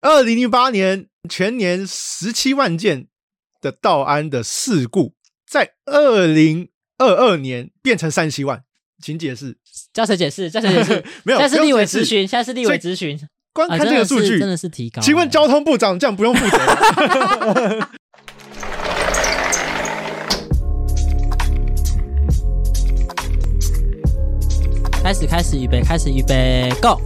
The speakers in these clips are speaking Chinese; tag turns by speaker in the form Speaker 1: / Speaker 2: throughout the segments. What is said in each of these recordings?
Speaker 1: 二零零八年全年十七万件的道安的事故，在二零二二年变成三十七万，请解释。
Speaker 2: 叫谁解释？叫谁解释？
Speaker 1: 没有，
Speaker 2: 下次
Speaker 1: 不
Speaker 2: 立
Speaker 1: 用
Speaker 2: 委
Speaker 1: 解释
Speaker 2: 咨询，下次立
Speaker 1: 所以
Speaker 2: 委咨询。
Speaker 1: 光
Speaker 2: 啊
Speaker 1: 看这个数
Speaker 2: 真的是
Speaker 1: 据
Speaker 2: 真的是提高了。
Speaker 1: 请问交通部长这样不用 负责吗？
Speaker 2: 开始，开始，预备，开始，预备，Go！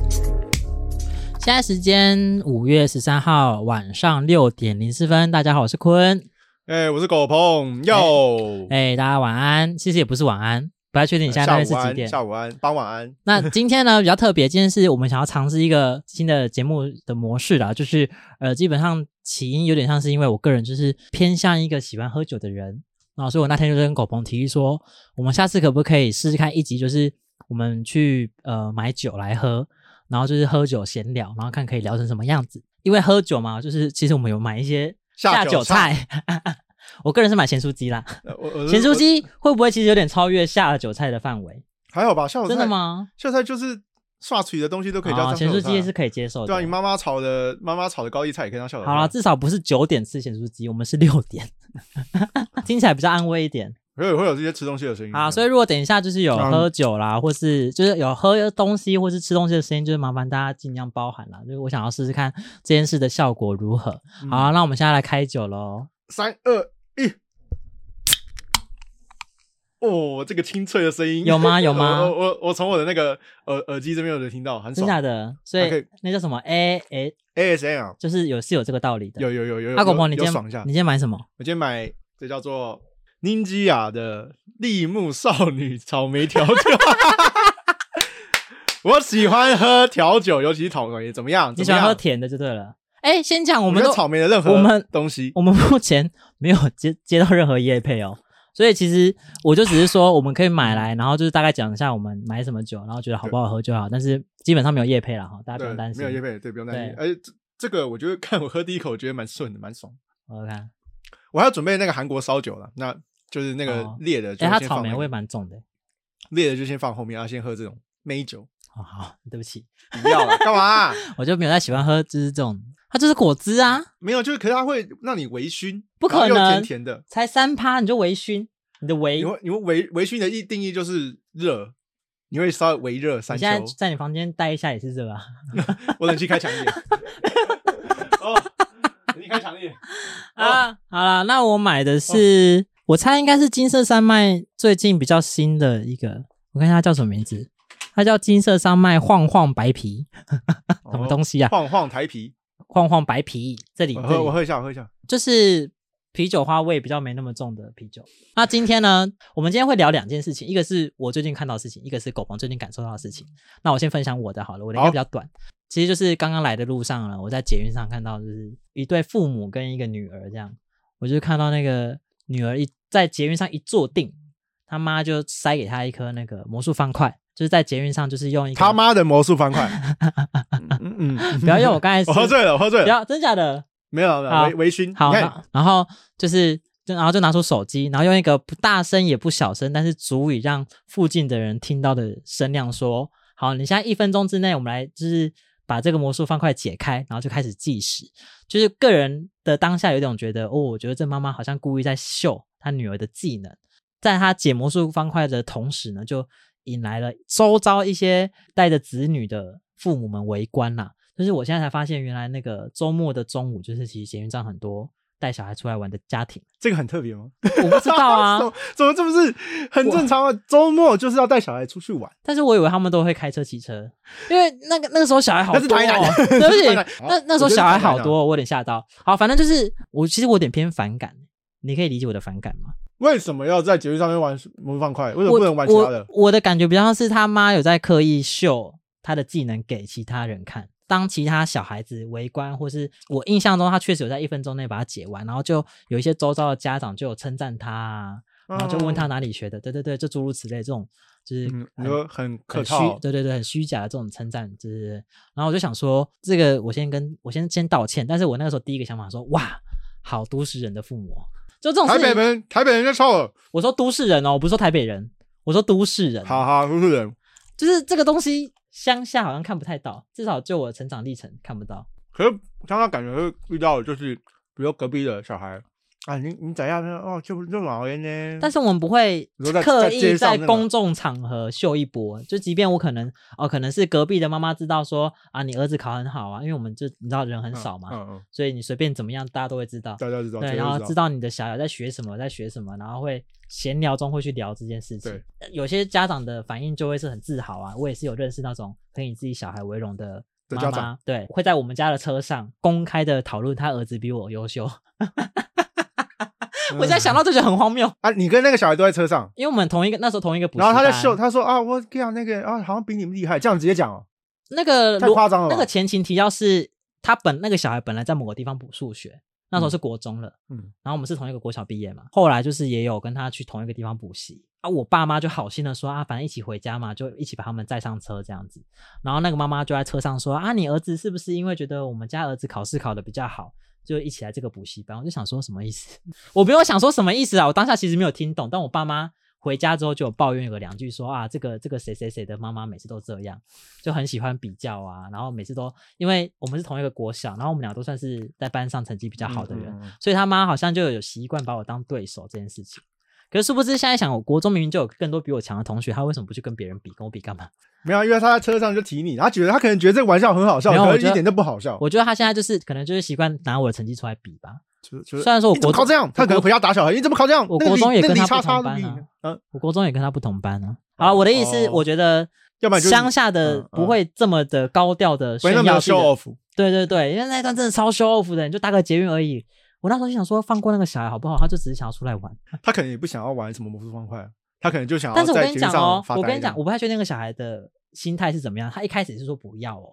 Speaker 2: 现在时间五月十三号晚上六点零四分，大家好，我是坤，
Speaker 1: 哎、我是狗鹏，哟、
Speaker 2: 哎、大家晚安，其实也不是晚安，不太确定你现在大
Speaker 1: 下
Speaker 2: 概
Speaker 1: 午
Speaker 2: 是几
Speaker 1: 安，
Speaker 2: 点。
Speaker 1: 下午安，傍晚安。
Speaker 2: 那今天呢比较特别，今天是我们想要尝试一个新的节目的模式啦，就是呃，基本上起因有点像是因为我个人就是偏向一个喜欢喝酒的人，然后所以我那天就跟狗鹏提议说，我们下次可不可以试试看一集，就是我们去呃买酒来喝，然后就是喝酒闲聊，然后看可以聊成什么样子。因为喝酒嘛，就是其实我们有买一些
Speaker 1: 下酒
Speaker 2: 酒菜， 我个人是买咸酥鸡啦，
Speaker 1: 呃我我
Speaker 2: 咸酥
Speaker 1: 我
Speaker 2: 鸡会不会其实有点超越下酒菜的范围？
Speaker 1: 还好吧？下午
Speaker 2: 真的
Speaker 1: 菜？
Speaker 2: 吗？
Speaker 1: 下午菜就是刷嘴的东西都可以叫
Speaker 2: 啊，
Speaker 1: 上
Speaker 2: 咸
Speaker 1: 下
Speaker 2: 酥
Speaker 1: 酒
Speaker 2: 鸡
Speaker 1: 菜
Speaker 2: 是可以接受的。
Speaker 1: 对啊，你妈妈炒的妈妈炒的啊高丽菜也可以当下酒菜。
Speaker 2: 好了，，至少不是九点吃咸酥鸡，我们是六点， 听起来比较安慰一点
Speaker 1: 会有会有这些吃东西的声音
Speaker 2: 啊。所以如果等一下就是有
Speaker 1: 嗯
Speaker 2: 喝酒啦，或是就是有喝东西或是吃东西的声音，就是麻烦大家尽量包涵啦。就是我想要试试看这件事的效果如何。
Speaker 1: 嗯
Speaker 2: 好啊，那我们现在来开酒喽。
Speaker 1: 三二一，哦，这个清脆的声音
Speaker 2: 有吗有吗
Speaker 1: 我我我我从我的那个耳耳机这边有的听到，很
Speaker 2: 真
Speaker 1: 爽。
Speaker 2: 假的？啊所
Speaker 1: 还可
Speaker 2: 以
Speaker 1: 以
Speaker 2: 那叫什么？A A
Speaker 1: ASM
Speaker 2: 就是有是有这个道理的。
Speaker 1: 有有有有有，
Speaker 2: 阿狗鹏，你
Speaker 1: 有
Speaker 2: 今天
Speaker 1: 爽一下
Speaker 2: 你。今天买什么？
Speaker 1: 我今天买这叫做宁吉雅的立木少女草莓调酒。 我喜欢喝调酒，尤其是草莓，怎么样？
Speaker 2: 你
Speaker 1: 怎
Speaker 2: 喜
Speaker 1: 么
Speaker 2: 欢
Speaker 1: 样？
Speaker 2: 喝甜的就对了。哎，先讲我
Speaker 1: 我
Speaker 2: 们
Speaker 1: 觉
Speaker 2: 都
Speaker 1: 得草莓的任
Speaker 2: 我
Speaker 1: 何
Speaker 2: 们
Speaker 1: 东西，
Speaker 2: 我们目前 没有接接到任何业配哦，所以其实我就只是说我们可以买来，然后就是大概讲一下我们买什么酒，然后觉得好不好喝就好，但是基本上没有业配了哈，大家不
Speaker 1: 对，
Speaker 2: 用担心。
Speaker 1: 没有叶配，对，不用担心。
Speaker 2: 对
Speaker 1: 而且这这个，我觉得看我喝第一口，我觉得蛮顺的，蛮爽。
Speaker 2: 我看，哎
Speaker 1: 我还要准备那个韩国烧酒了，那就是那个
Speaker 2: 哦
Speaker 1: 烈的，就
Speaker 2: 哎、它
Speaker 1: 先
Speaker 2: 草
Speaker 1: 放那
Speaker 2: 莓
Speaker 1: 个
Speaker 2: 味蛮重的。
Speaker 1: 烈的就先放后面，要先喝这种梅酒，
Speaker 2: 哦，好，对不起，
Speaker 1: 不要了，干嘛、啊
Speaker 2: 我就没有太喜欢喝，就是这种，它就是果汁啊，
Speaker 1: 没有，就是可是它会让你微醺，
Speaker 2: 不可
Speaker 1: 然后又
Speaker 2: 能哎
Speaker 1: 甜甜的。
Speaker 2: 才三趴你就微醺，你的微，
Speaker 1: 你
Speaker 2: 你
Speaker 1: 会你会微微醺的一定义就是热，你会稍微微热三秋
Speaker 2: 现。在在你房间待一下也是这个、啊。
Speaker 1: 我冷气开强 一点。哦，冷气开强一 点。
Speaker 2: 啊，好啦，那我买的
Speaker 1: 哦
Speaker 2: 是，我猜应该是金色山脉最近比较新的一个，我看一下它叫什么名字，它叫金色山脉晃晃白 啤，
Speaker 1: 哦
Speaker 2: 什么东西啊？
Speaker 1: 晃晃台啤，
Speaker 2: 晃晃白啤，这里
Speaker 1: 我
Speaker 2: 这
Speaker 1: 喝我
Speaker 2: 里
Speaker 1: 喝一下，我喝一下。
Speaker 2: 就是啤酒花味比较没那么重的啤酒。那今天呢，我们今天会聊两件事情，一个是我最近看到的事情，一个是狗鹏最近感受到的事情。那我先分享我的好了，我的应该
Speaker 1: 好
Speaker 2: 比较短。其实就是刚刚来的路上呢，我在捷运上看到，就是一对父母跟一个女儿这样，我就看到那个女儿一在捷运上一坐定，他妈就塞给她一颗那个魔术方块，就是在捷运上就是用一个
Speaker 1: 他，妈的魔术 方块。嗯嗯嗯，
Speaker 2: 不要用我 刚才
Speaker 1: 我喝
Speaker 2: 说，
Speaker 1: 醉了，我喝醉
Speaker 2: 不
Speaker 1: 了。
Speaker 2: 要真假的，
Speaker 1: 没有没有
Speaker 2: 好
Speaker 1: 微微醺。
Speaker 2: 好，
Speaker 1: 你看
Speaker 2: 那然后就是，就然后就拿出手机，然后用一个不大声也不小声，但是足以让附近的人听到的声量说：“好，你现在一分钟之内，我们来就是把这个魔术方块解开，然后就开始计时。”就是个人的当下有一种觉得，哦，我觉得这妈妈好像故意在秀她女儿的技能，在她解魔术方块的同时呢，就引来了周遭一些带着子女的父母们围观啦。就是我现在才发现，原来那个周末的中午，就是其实捷运站很多带小孩出来玩的 家庭，
Speaker 1: 这个很特别吗？
Speaker 2: 我不知道
Speaker 1: 怎
Speaker 2: 啊
Speaker 1: 么，怎么这不是很正常啊？周末就是要带小孩出去玩。
Speaker 2: 但是我以为他们都会开车、骑车，因为那个那个时候小孩好
Speaker 1: 那是
Speaker 2: 多、
Speaker 1: 台南
Speaker 2: 哦，对
Speaker 1: 那是台
Speaker 2: 不
Speaker 1: 南
Speaker 2: 起，
Speaker 1: 好
Speaker 2: 那那时
Speaker 1: 我觉
Speaker 2: 候
Speaker 1: 得
Speaker 2: 小孩
Speaker 1: 是台南
Speaker 2: 好
Speaker 1: 啊
Speaker 2: 多，我有点吓到。好，反正就是我其实我有点偏反感，你可以理解我的反感吗？
Speaker 1: 为什么要在节目上面玩魔术方块？为什么
Speaker 2: 我
Speaker 1: 不能玩其他的？
Speaker 2: 我？我的感觉比较像是他妈有在刻意秀他的技能给其他人看。当其他小孩子围观，或是我印象中他确实有在一分钟内把它解完，然后就有一些周遭的家长就有称赞他、啊，然后就问他哪里学的，对对对，就诸如此类这种，就是
Speaker 1: 哦嗯，你
Speaker 2: 很
Speaker 1: 说很客
Speaker 2: 很虚
Speaker 1: 套，，
Speaker 2: 对对对，很虚假的这种称赞，对对对。然后我就想说，这个我先跟我先先道歉，但是我那个时候第一个想法说，哇，好都市人的父母哦，就这种
Speaker 1: 台
Speaker 2: 事
Speaker 1: 北
Speaker 2: 情，
Speaker 1: 人，台北人就臭了，
Speaker 2: 我说都市人哦，我不是说台北人，我说都市人，
Speaker 1: 哈哈，都是人。
Speaker 2: 就是这个东西乡下好像看不太到，至少就我的成长历程看不到。
Speaker 1: 可是刚刚感觉会遇到的就是，比如隔壁的小孩啊，你你怎样呢？哦，就就老烟呢。
Speaker 2: 但是我们不会
Speaker 1: 嗯你说在
Speaker 2: 刻
Speaker 1: 在街
Speaker 2: 意
Speaker 1: 上
Speaker 2: 在
Speaker 1: 那个
Speaker 2: 公众场合秀一波，就即便我可能哦，可能是隔壁的妈妈知道说啊，你儿子考很好啊，因为我们就你知道人很
Speaker 1: 嗯
Speaker 2: 少嘛，
Speaker 1: 嗯嗯，
Speaker 2: 所以你随便怎么样，大家都会知道。
Speaker 1: 大家知道，
Speaker 2: 对，
Speaker 1: 大家
Speaker 2: 然后
Speaker 1: 道
Speaker 2: 知道你的小孩在学什么，在学什么，然后会闲聊中会去聊这件事情
Speaker 1: 对。
Speaker 2: 呃有些家长的反应就会是很自豪啊，我也是有认识那种可以以自己小孩为荣的
Speaker 1: 的
Speaker 2: 妈
Speaker 1: 家
Speaker 2: 妈
Speaker 1: 长，
Speaker 2: 对，会在我们家的车上公开的讨论他儿子比我 优秀。我现在想
Speaker 1: 到
Speaker 2: 到这就很荒谬，
Speaker 1: 啊，你跟那个小孩都在车上，
Speaker 2: 因为我们同一个那时候同一个补习
Speaker 1: 然
Speaker 2: 班，
Speaker 1: 后他在秀，他说啊，我跟你讲那个啊，好像比你们厉害，这样直接讲哦，
Speaker 2: 那个
Speaker 1: 太
Speaker 2: 如
Speaker 1: 夸张了吧
Speaker 2: 那个前情提要是他本那个小孩本来在某个地方补数学，那时候是国中了，
Speaker 1: 嗯
Speaker 2: 然后我们是同一个国小毕业嘛，后来就是也有跟他去同一个地方补习啊，我爸妈就好心的说啊，反正一起回家嘛，就一起把他们载上车这样子，然后那个妈妈就在车上说啊，你儿子是不是因为觉得我们家儿子考试考的比较好？就一起来这个补习班，我就想说什么意思？我没有想说什么意思啊，我当下其实没有听懂，但我爸妈回家之后就有抱怨有个两句说啊，这个这个谁谁谁的妈妈每次都这样，就很喜欢比较啊，然后每次都因为我们是同一个国小，然后我们俩都算是在班上成绩比较好的人，
Speaker 1: 嗯嗯嗯
Speaker 2: 所以他妈好像就有习惯把我当对手这件事情。可是殊不知，现在想，我国中明明就有更多比我强的同学，他为什么不去跟别人比，跟我比干嘛？
Speaker 1: 没有，因为他在车上就提你，他觉得他可能觉得这个玩笑很好笑，
Speaker 2: 没有
Speaker 1: 可
Speaker 2: 我
Speaker 1: 是
Speaker 2: 觉得
Speaker 1: 一点都不好笑，
Speaker 2: 我觉得他现在就是可能就是习惯拿我的成绩出来比吧。
Speaker 1: 就是就是
Speaker 2: 虽然说我
Speaker 1: 你怎
Speaker 2: 国
Speaker 1: 么考这样，他可能回家打小孩，你怎么考这样？
Speaker 2: 我
Speaker 1: 那个
Speaker 2: 国
Speaker 1: 李
Speaker 2: 中也
Speaker 1: 那个
Speaker 2: 跟他
Speaker 1: 李叉
Speaker 2: 不同
Speaker 1: 叉
Speaker 2: 班啊
Speaker 1: 嗯，
Speaker 2: 我国中也跟他不同班啊。好了，我的意思，
Speaker 1: 哦
Speaker 2: 我觉得
Speaker 1: 要不然就是
Speaker 2: 乡下
Speaker 1: 嗯
Speaker 2: 的
Speaker 1: 嗯
Speaker 2: 不会这么的高调的
Speaker 1: 没
Speaker 2: 炫
Speaker 1: 那么 show
Speaker 2: 耀性的
Speaker 1: off，
Speaker 2: 对对对，因为那一段真的超 show off 的，你就搭个捷运而已。我那时候就想说，放过那个小孩好不好？他就只是想要出来玩。
Speaker 1: 他可能也不想要玩什么魔术方块，啊他可能就想要
Speaker 2: 但是我
Speaker 1: 在
Speaker 2: 跟你
Speaker 1: 节
Speaker 2: 讲
Speaker 1: 目
Speaker 2: 哦
Speaker 1: 上，发呆。
Speaker 2: 我跟你讲，我，不太确定那个小孩的心态是怎么样。他一开始是说不要哦，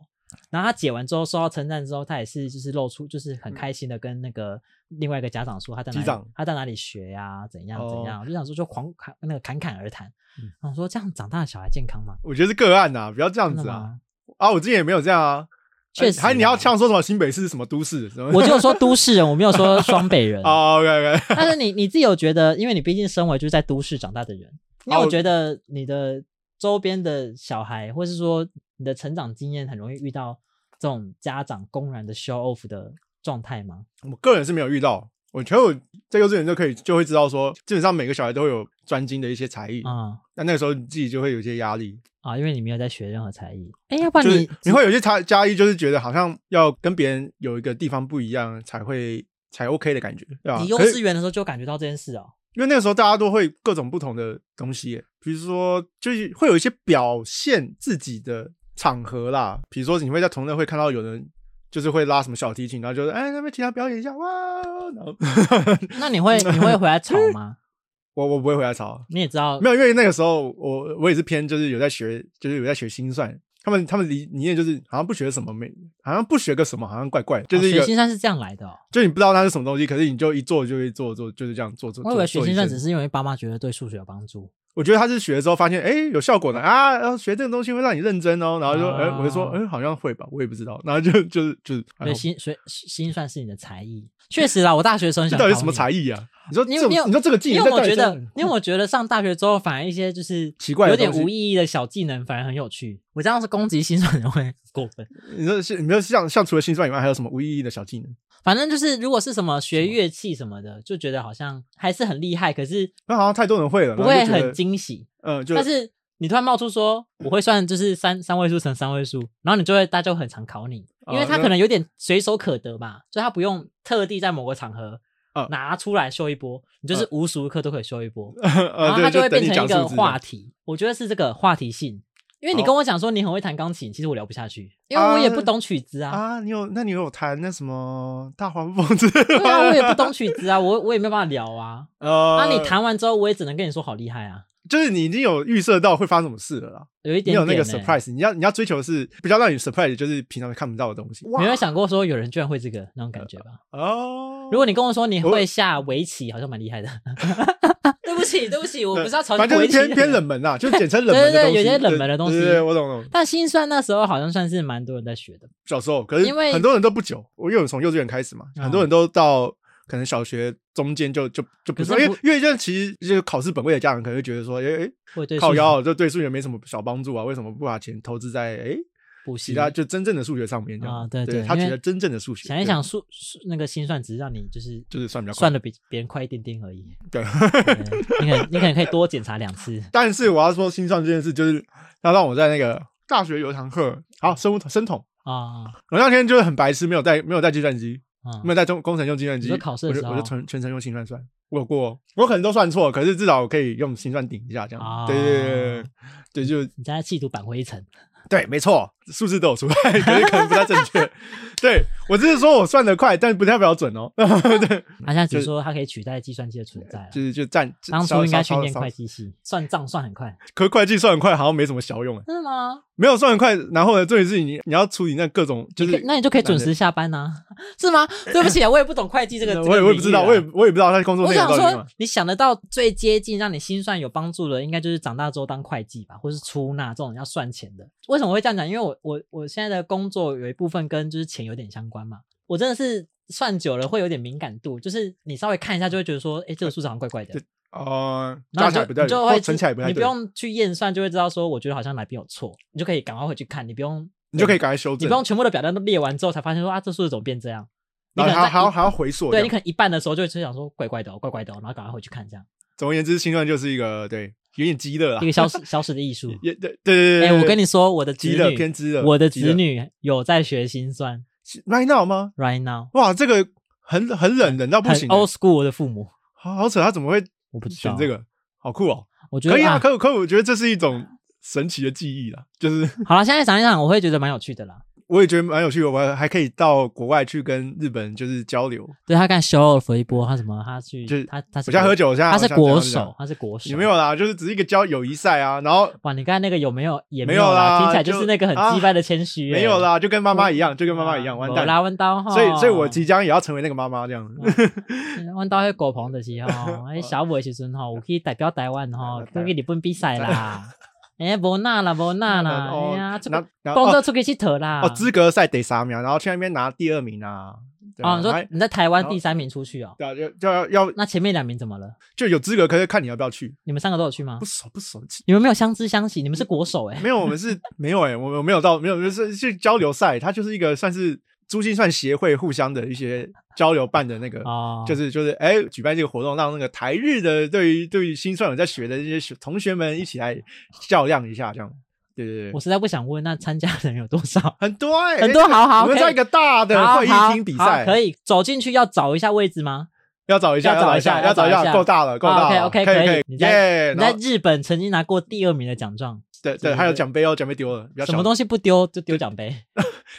Speaker 2: 然后他解完之后受到称赞之后，他也是就是露出就是
Speaker 1: 嗯
Speaker 2: 很开心的跟那个另外一个家长说他在哪
Speaker 1: 击
Speaker 2: 里
Speaker 1: 掌
Speaker 2: 他在哪里学呀、怎样怎
Speaker 1: 哦
Speaker 2: 样，我就想说就狂侃那个侃侃而谈
Speaker 1: 嗯，
Speaker 2: 然后说这样长大的小孩健康吗？
Speaker 1: 我觉得是个案呐、不要这样
Speaker 2: 真的
Speaker 1: 子啊！
Speaker 2: 吗？
Speaker 1: 啊，我之前也没有这样啊，
Speaker 2: 确实啊
Speaker 1: 还你要像说什么新北市什么都市什么，
Speaker 2: 我就说都市人，我没有说双北人。
Speaker 1: 啊，OK OK，
Speaker 2: 但是你你自己有觉得，因为你毕竟身为就是在都市长大的人，因为
Speaker 1: 哦
Speaker 2: 我觉得你的周边的小孩，或是说你的成长经验，很容易遇到这种家长公然的 show off 的状态吗？
Speaker 1: 我个人是没有遇到，我觉得我在幼稚园就可以就会知道说，基本上每个小孩都会有专精的一些才艺，
Speaker 2: 啊、
Speaker 1: 那那个时候你自己就会有一些压力，
Speaker 2: 啊，因为你没有在学任何才艺，哎，要不然
Speaker 1: 就
Speaker 2: 你
Speaker 1: 是你会有些差加一，就是觉得好像要跟别人有一个地方不一样才会才 OK 的感觉，对吧？
Speaker 2: 你幼
Speaker 1: 可是
Speaker 2: 稚园的时候就感觉到这件事 哦，
Speaker 1: 因为那个时候大家都会各种不同的东西耶，比如说就是会有一些表现自己的场合啦，比如说你会在同乐会看到有人就是会拉什么小提琴，然后就是哎那边请他表演一下哇，哦然后
Speaker 2: 那你会你会回来吵吗？
Speaker 1: 我我不会回啊来吵，
Speaker 2: 你也知道，
Speaker 1: 没有，因为那个时候我我也是偏就是有在学，就是有在学心算，他们他们理理念就是好像不学什么没，好像不学个什么好像怪怪，就是一
Speaker 2: 学
Speaker 1: 个、
Speaker 2: 心算是这样来的、哦。
Speaker 1: 就你不知道它是什么东西，可是你就一做就会做做就是这样做做。
Speaker 2: 我以为学
Speaker 1: 做
Speaker 2: 心
Speaker 1: 一
Speaker 2: 算
Speaker 1: 阵
Speaker 2: 只
Speaker 1: 子
Speaker 2: 是因为爸妈觉得对数学有帮助，
Speaker 1: 我觉得他是学了之后发现，哎、有效果的啊，然后学这个东西会让你认真哦，然后就，哎、
Speaker 2: 啊
Speaker 1: 我就说，哎、好像会吧，我也不知道，然后就就是就是，
Speaker 2: 所
Speaker 1: 哎
Speaker 2: 以
Speaker 1: 呦
Speaker 2: 心学心算是你的才艺。确实啦，我大学的时候很
Speaker 1: 这
Speaker 2: 想
Speaker 1: 到底
Speaker 2: 考
Speaker 1: 什么
Speaker 2: 你
Speaker 1: 才艺啊？你说
Speaker 2: 你
Speaker 1: 这
Speaker 2: 有
Speaker 1: 种
Speaker 2: 你有
Speaker 1: 你说这个技
Speaker 2: 因
Speaker 1: 能
Speaker 2: 为
Speaker 1: 在
Speaker 2: 我
Speaker 1: 到底
Speaker 2: 觉
Speaker 1: 是，
Speaker 2: 得，因为我觉得上大学之后，反而一些就是
Speaker 1: 奇怪的
Speaker 2: 有点
Speaker 1: 东西
Speaker 2: 无意义的小技能，反而很有趣。我这样是攻击心算人会过分。
Speaker 1: 你说是，你说像像除了心算以外，还有什么无意义的小技能？
Speaker 2: 反正就是，如果是什么学乐器什么的，就觉得好像还是很厉害，可是
Speaker 1: 那好像太多人会了，
Speaker 2: 不会
Speaker 1: 然后就觉
Speaker 2: 很
Speaker 1: 得，
Speaker 2: 惊喜。
Speaker 1: 嗯，就
Speaker 2: 但是你突然冒出说我会算，就是三三位数乘三位数，然后你就会大家就很常考你，因为
Speaker 1: 哦
Speaker 2: 他
Speaker 1: 那
Speaker 2: 可能有点随手可得嘛，所以他不用特地在某个场合
Speaker 1: 嗯
Speaker 2: 拿出来秀一波，你就是
Speaker 1: 哦
Speaker 2: 无时无刻都可以秀一波。 然
Speaker 1: 然
Speaker 2: 后它就会变成一个话
Speaker 1: 话，
Speaker 2: 题。我觉得是这个话题性，因为你
Speaker 1: 好
Speaker 2: 跟我讲说你很会弹钢琴，其实我聊不下去，因为我也不
Speaker 1: 啊
Speaker 2: 懂曲子啊。
Speaker 1: 啊，你有那你有弹那什么大黄蜂之类
Speaker 2: 对
Speaker 1: 吗？
Speaker 2: 啊，我也不懂曲子啊，我我也没有办法聊啊。
Speaker 1: 呃，
Speaker 2: 那你弹完之后，我也只能跟你说好厉害啊，
Speaker 1: 就是你已经有预设到会发生什么事了啦，
Speaker 2: 有一
Speaker 1: 你
Speaker 2: 点
Speaker 1: 有那个
Speaker 2: 点欸
Speaker 1: surprise，你要你要追求的是比较让你 surprise，就是平常看不到的东西。
Speaker 2: 你有想过说有人居然会这个
Speaker 1: 呃
Speaker 2: 那种感觉吧？
Speaker 1: 哦，
Speaker 2: 如果你跟我说你
Speaker 1: 我
Speaker 2: 会下围棋，好像蛮厉害的。 对不起，对不起，我不是要嘲
Speaker 1: 反
Speaker 2: 笑
Speaker 1: 正就
Speaker 2: 围
Speaker 1: 是
Speaker 2: 棋
Speaker 1: 偏偏冷。门啦，啊 就简称冷门的
Speaker 2: 对对
Speaker 1: 东西，
Speaker 2: 有些冷门的东西
Speaker 1: 对对对我懂懂。
Speaker 2: 但心算那时候好像算是蛮多人在学的，
Speaker 1: 小时候，可是
Speaker 2: 因为
Speaker 1: 很多人都不久，我因为我从幼稚园开始嘛，
Speaker 2: 哦
Speaker 1: 很多人都到可能小学中间就就就不
Speaker 2: 可是
Speaker 1: 说，因为
Speaker 2: 不
Speaker 1: 因为这样其实就是考试本位的家长可能会觉得说，哎哎，
Speaker 2: 会对
Speaker 1: 靠
Speaker 2: 数学
Speaker 1: 腰就对数学没什么小帮助啊，为什么不把钱投资在哎
Speaker 2: 补习
Speaker 1: 其他就真正的数学上面这样
Speaker 2: 啊对
Speaker 1: 对
Speaker 2: 对
Speaker 1: 他
Speaker 2: 因
Speaker 1: 觉
Speaker 2: 为
Speaker 1: 得真正的数学
Speaker 2: 想一
Speaker 1: 对
Speaker 2: 想数数那个心算，只是让你就是
Speaker 1: 就是算比较快
Speaker 2: 算的比别人快一点点而已。
Speaker 1: 对，
Speaker 2: 对你可能你可能可以多检查两次。
Speaker 1: 但是我要说心算这件事，就是他让我在那个大学有一堂课，好生物生统，
Speaker 2: 啊
Speaker 1: 我那天就是很白痴，没有带没有带计算机，
Speaker 2: 啊
Speaker 1: 没有带中工程用计算
Speaker 2: 你
Speaker 1: 机，
Speaker 2: 说考试的
Speaker 1: 我就
Speaker 2: 时候
Speaker 1: 我就全全程用心算算。我有过，我可能都算错，可是至少我可以用心算顶一下，这样。
Speaker 2: 啊
Speaker 1: 对对对对，对就
Speaker 2: 你在企图扳回一城
Speaker 1: 对，没错，数字都有出来， 可是可能不太正确。 对我只是说我算得快，但不代表准哦。对，
Speaker 2: 他现在只是说他可以取代计算机的存在了
Speaker 1: 就。是就占。
Speaker 2: 当初应该训练
Speaker 1: 稍稍
Speaker 2: 会计系，算账算很快，
Speaker 1: 可是会计算很快好像没什么效用哎，
Speaker 2: 真的吗？
Speaker 1: 没有算很快。然后呢，重点是你你要处理那各种就
Speaker 2: 你可
Speaker 1: 是
Speaker 2: 以，那你就可以准时下班呐， 是吗？对不起啊，我也不懂会计这 个，这
Speaker 1: 我
Speaker 2: 个
Speaker 1: 也我也不知道，
Speaker 2: 领
Speaker 1: 我
Speaker 2: 域
Speaker 1: 也
Speaker 2: 啊
Speaker 1: 我也不知道他的工作
Speaker 2: 我
Speaker 1: 内容
Speaker 2: 想
Speaker 1: 到底是什
Speaker 2: 说
Speaker 1: 么。，
Speaker 2: 你想得到最接近让你心算有帮助的，应该就是长大之后当会计吧，或是出纳这种要算钱的。为什么会这样讲？因为我我我现在的工作有一部分跟就是钱有点相关嘛。我真的是算久了会有点敏感度，就是你稍微看一下就会觉得说，哎，这个数字好像怪怪的
Speaker 1: 对。哦，
Speaker 2: 然
Speaker 1: 加起
Speaker 2: 后
Speaker 1: 来不
Speaker 2: 你就
Speaker 1: 对，
Speaker 2: 你就会
Speaker 1: 或
Speaker 2: 知
Speaker 1: 乘起来不太
Speaker 2: 你不
Speaker 1: 对，
Speaker 2: 用去验算就会知道说，我觉得好像哪边有错，你就可以赶快回去看，你不用
Speaker 1: 你就可以赶快修
Speaker 2: 你
Speaker 1: 正
Speaker 2: 不。用全部的表单都列完之后才发现说啊，这数字怎么变这样？你
Speaker 1: 然
Speaker 2: 可
Speaker 1: 后还要
Speaker 2: 能在
Speaker 1: 还
Speaker 2: 一
Speaker 1: 要还要回溯这
Speaker 2: 对
Speaker 1: 样。
Speaker 2: 你可能一半的时候就会就想说怪怪的、哦，怪怪的、哦，然后赶快回去看这样，
Speaker 1: 总而言之，心算就是一个对有点鸡肋啦
Speaker 2: 一，个消失消失的艺术。
Speaker 1: 也对对 对对。
Speaker 2: 哎，我跟
Speaker 1: 你
Speaker 2: 你说，我的子
Speaker 1: 鸡肋偏
Speaker 2: 女，
Speaker 1: 鸡肋，
Speaker 2: 我的
Speaker 1: 鸡
Speaker 2: 子
Speaker 1: 肋
Speaker 2: 女有在学心算
Speaker 1: right now 吗？
Speaker 2: ，right now，
Speaker 1: 哇，这个很很冷，冷到不
Speaker 2: 很
Speaker 1: 行欸，
Speaker 2: old school 的父母，
Speaker 1: 好好扯，他怎么会
Speaker 2: 我不知道
Speaker 1: 选这，个？好酷哦！
Speaker 2: 我觉得
Speaker 1: 可以啊，
Speaker 2: 啊，
Speaker 1: 可可，我觉得这是一种神奇的记忆啦，啊 就是
Speaker 2: 好了，现在想一想，我会觉得蛮有趣的啦。
Speaker 1: 我也觉得蛮有趣的，我还还可以到国外去跟日本人就是交流。
Speaker 2: 对他刚才 show off 了一波，他什么，他去
Speaker 1: 就是，
Speaker 2: 他他
Speaker 1: 我
Speaker 2: 是
Speaker 1: 现在
Speaker 2: 国
Speaker 1: 喝，酒，我现在
Speaker 2: 他是
Speaker 1: 啊我现在
Speaker 2: 国
Speaker 1: 我现在
Speaker 2: 手，他是国手，
Speaker 1: 也没有啦，就是只是一个交友谊赛啊，然后
Speaker 2: 哇，你刚才那个有没有也
Speaker 1: 没有
Speaker 2: 有
Speaker 1: 啦
Speaker 2: 听起来
Speaker 1: 就
Speaker 2: 就是那个很
Speaker 1: 啊
Speaker 2: 鸡掰的谦虚欸，
Speaker 1: 没有啦，就跟妈妈一样，就
Speaker 2: 啊，
Speaker 1: 跟妈妈一样，完
Speaker 2: 没啦，哦
Speaker 1: 蛋。
Speaker 2: 弯刀吼，
Speaker 1: 所以，所以我即将也要成为那个妈妈这样。
Speaker 2: 嗯阮兜迄高鹏就是 吼，迄小妹的时阵吼，有去代表台湾吼，
Speaker 1: 代表
Speaker 2: 去去日本比赛 啦。哎，无那啦，无那啦，哎呀，出去
Speaker 1: 然后然后
Speaker 2: 工
Speaker 1: 哦
Speaker 2: 作啊出去佚佗啦。
Speaker 1: 哦，资格赛得三秒，然后去那边拿第二名啊。对啊
Speaker 2: 哦，你说
Speaker 1: 还
Speaker 2: 你在台湾
Speaker 1: 然后
Speaker 2: 第三名出去哦，
Speaker 1: 对啊，就就要要
Speaker 2: 那前面两名怎么了？
Speaker 1: 就有资格，可是看你要不要去。
Speaker 2: 你们三个都有去吗
Speaker 1: 不？熟不熟，其
Speaker 2: 你们没有相知相惜，你们是国手哎
Speaker 1: 没。有，我们是没有哎、我们我没有到没有，就是是交流赛，它就是一个算是珠心算协会互相的一些交流办的那个。
Speaker 2: 哦，
Speaker 1: 就是是就是哎、举办这个活动，让那个台日的对于对于心算有在学的这些学同学们一起来较量一下，这样，对对
Speaker 2: 我
Speaker 1: 对，
Speaker 2: 实在不想问，那参加的人有多少？
Speaker 1: 很多哎、
Speaker 2: 很多，好好，
Speaker 1: 我们
Speaker 2: 可以
Speaker 1: 在一个大的
Speaker 2: 好
Speaker 1: 会议
Speaker 2: 好
Speaker 1: 厅比
Speaker 2: 好
Speaker 1: 赛，
Speaker 2: 可以走进去要找一下位置吗？
Speaker 1: 要找一下，
Speaker 2: 要
Speaker 1: 要
Speaker 2: 找
Speaker 1: 找
Speaker 2: 一
Speaker 1: 一
Speaker 2: 下
Speaker 1: 下，要找一
Speaker 2: 要找一下
Speaker 1: 下，够大了，够
Speaker 2: 啊
Speaker 1: 大
Speaker 2: ，OK
Speaker 1: 了
Speaker 2: OK
Speaker 1: 可
Speaker 2: 以
Speaker 1: 以，，
Speaker 2: 你在
Speaker 1: 耶！
Speaker 2: 你在
Speaker 1: 然后
Speaker 2: 日本曾经拿过第二名的奖状，
Speaker 1: 对
Speaker 2: 对
Speaker 1: 对，还有
Speaker 2: 对
Speaker 1: 奖杯哦，奖杯丢了，不要
Speaker 2: 什么
Speaker 1: 小
Speaker 2: 东西不丢就丢奖杯。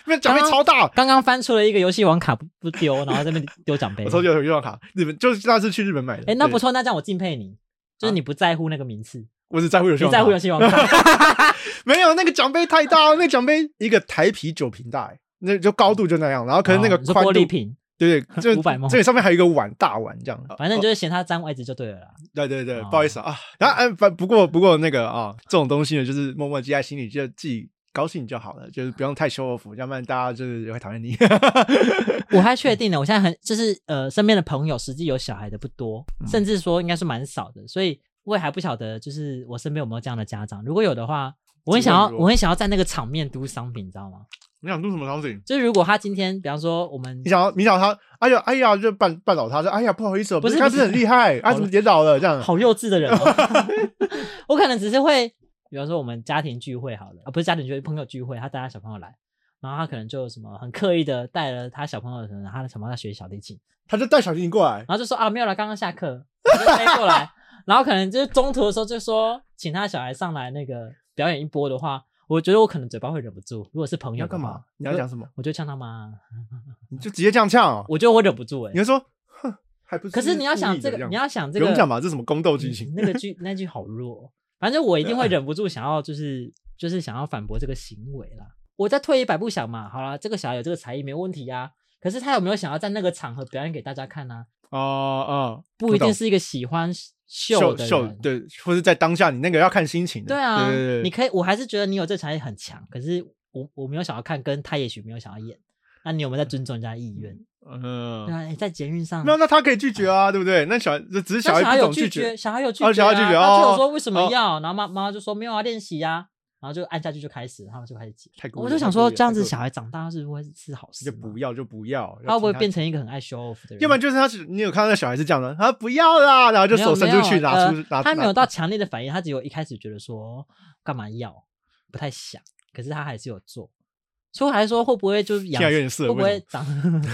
Speaker 1: 因为奖杯
Speaker 2: 刚刚
Speaker 1: 超大。
Speaker 2: 刚刚翻出了一个游戏王卡不不丢，然后这边丢奖杯
Speaker 1: 我。抽就有月亮卡，日本就是那次去日本买的。
Speaker 2: 哎，那
Speaker 1: 对
Speaker 2: 不，错，那这样我敬佩你，就是你不在乎那个名次，
Speaker 1: 我只在乎有
Speaker 2: 你
Speaker 1: 用。
Speaker 2: 在乎游戏王卡。
Speaker 1: 没有那个奖杯太大了，那个奖杯一个台啤酒瓶大、欸，那就高度就那样，然 后可能那个
Speaker 2: 哦你说
Speaker 1: 宽度，
Speaker 2: 玻璃瓶，
Speaker 1: 对对，就
Speaker 2: 500 ml
Speaker 1: 这个上面还有一个碗大碗这样。
Speaker 2: 反正
Speaker 1: 哦
Speaker 2: 你就是嫌它占位置就对了啦。
Speaker 1: 对对对，
Speaker 2: 啊哦
Speaker 1: 不好意思啊。啊然后哎，反不过不过那个啊，这种东西呢，就是默默记在心里，就自己高兴就好了，就是不用太修服，要不然大家就是会讨厌你。
Speaker 2: 我还确定了，我现在很就是呃，身边的朋友实际有小孩的不多，
Speaker 1: 嗯
Speaker 2: 甚至说应该是蛮少的，所以我也还不晓得，就是我身边有没有这样的家长。如果有的话，我很想要，
Speaker 1: 机会如何
Speaker 2: 我很想要在那个场面 do something，你知道吗？
Speaker 1: 你想录什么场景？
Speaker 2: 就是如果他今天，比方说我们
Speaker 1: 你想要，你想要他，哎呀，哎呀，就绊绊倒他，说，哎呀，不好意思哦，
Speaker 2: 不是
Speaker 1: 他
Speaker 2: 不
Speaker 1: 不
Speaker 2: 是
Speaker 1: 是很厉害，啊，
Speaker 2: 好了
Speaker 1: 怎么跌倒了这样？
Speaker 2: 好幼稚的人、哦。 我可能只是会，比方说我们家庭聚会好了，啊，不是家庭聚会，朋友聚会，他带他小朋友来，然后他可能就什么很刻意的带了他小朋友，可能他的小朋友在学小提琴，
Speaker 1: 他就带小提琴过来，
Speaker 2: 然后就说啊没有了，刚刚下课，我就飞过来， 然后可能就是中途的时候就说请他小孩上来那个表演一波的话，我觉得我可能嘴巴会忍不住，如果是朋
Speaker 1: 你
Speaker 2: 友
Speaker 1: 要
Speaker 2: 的话
Speaker 1: 干嘛？你要讲什么？
Speaker 2: 我就呛他妈，
Speaker 1: 你就直接这样呛哦。
Speaker 2: 我觉得我忍不住哎、
Speaker 1: 你就说，哼，还不是
Speaker 2: 可是你要想
Speaker 1: 故意
Speaker 2: 这
Speaker 1: 的
Speaker 2: 个，
Speaker 1: 样
Speaker 2: 你要想这
Speaker 1: 不
Speaker 2: 个，
Speaker 1: 用讲嘛，这是什么宫斗剧情？
Speaker 2: 嗯那个剧那句好弱，哦反正我一定会忍不住想要就是就是想要反驳这个行为啦。我再退一百步想嘛，好啦，这个小孩有这个才艺没问题呀、可是他有没有想要在那个场合表演给大家看呢、
Speaker 1: 哦哦，
Speaker 2: 不一定
Speaker 1: 懂
Speaker 2: 是一个喜欢秀
Speaker 1: 秀
Speaker 2: 的
Speaker 1: 秀
Speaker 2: 人。
Speaker 1: 对，或是在当下你那个要看心情的。
Speaker 2: 对啊，
Speaker 1: 对对
Speaker 2: 你
Speaker 1: 对，
Speaker 2: 可以，我还是觉得你有这才艺很强，可是我我没有想要看，跟他也许没有想要演。那你有没有在尊重人家的意愿？对
Speaker 1: 嗯，
Speaker 2: 啊，你在捷运上，
Speaker 1: 没有，那他可以拒绝啊，对不对？那小孩只是
Speaker 2: 那
Speaker 1: 孩
Speaker 2: 小孩
Speaker 1: 不
Speaker 2: 有
Speaker 1: 懂
Speaker 2: 拒
Speaker 1: 绝，
Speaker 2: 小孩有拒
Speaker 1: 哦
Speaker 2: 绝、
Speaker 1: 小
Speaker 2: 啊，
Speaker 1: 孩拒绝
Speaker 2: 他就有
Speaker 1: 哦
Speaker 2: 说为什么
Speaker 1: 哦
Speaker 2: 要，然后妈妈就说没有啊，练习呀、然后就按下去就开始，他们就开始解。
Speaker 1: 太孤立
Speaker 2: 我就想说，
Speaker 1: 太孤立了
Speaker 2: 这样子
Speaker 1: 太孤立
Speaker 2: 小孩长大是不会是好事
Speaker 1: 就
Speaker 2: 吗？
Speaker 1: 不要就不要，
Speaker 2: 他会不会
Speaker 1: 要听
Speaker 2: 变成一个很爱 show off 的人？
Speaker 1: 要不然就是他是，你有看到那小孩是这样的，他不要啦，然后就
Speaker 2: 没有
Speaker 1: 手伸出去
Speaker 2: 没有
Speaker 1: 拿出
Speaker 2: 呃
Speaker 1: 拿，
Speaker 2: 他没有
Speaker 1: 拿
Speaker 2: 到强烈的反应，他只有一开始觉得说干嘛要，不太想，可是他还是有做。所以我还说会不会就是养
Speaker 1: 现在有点色
Speaker 2: 会不
Speaker 1: 为
Speaker 2: 会
Speaker 1: 什
Speaker 2: 长？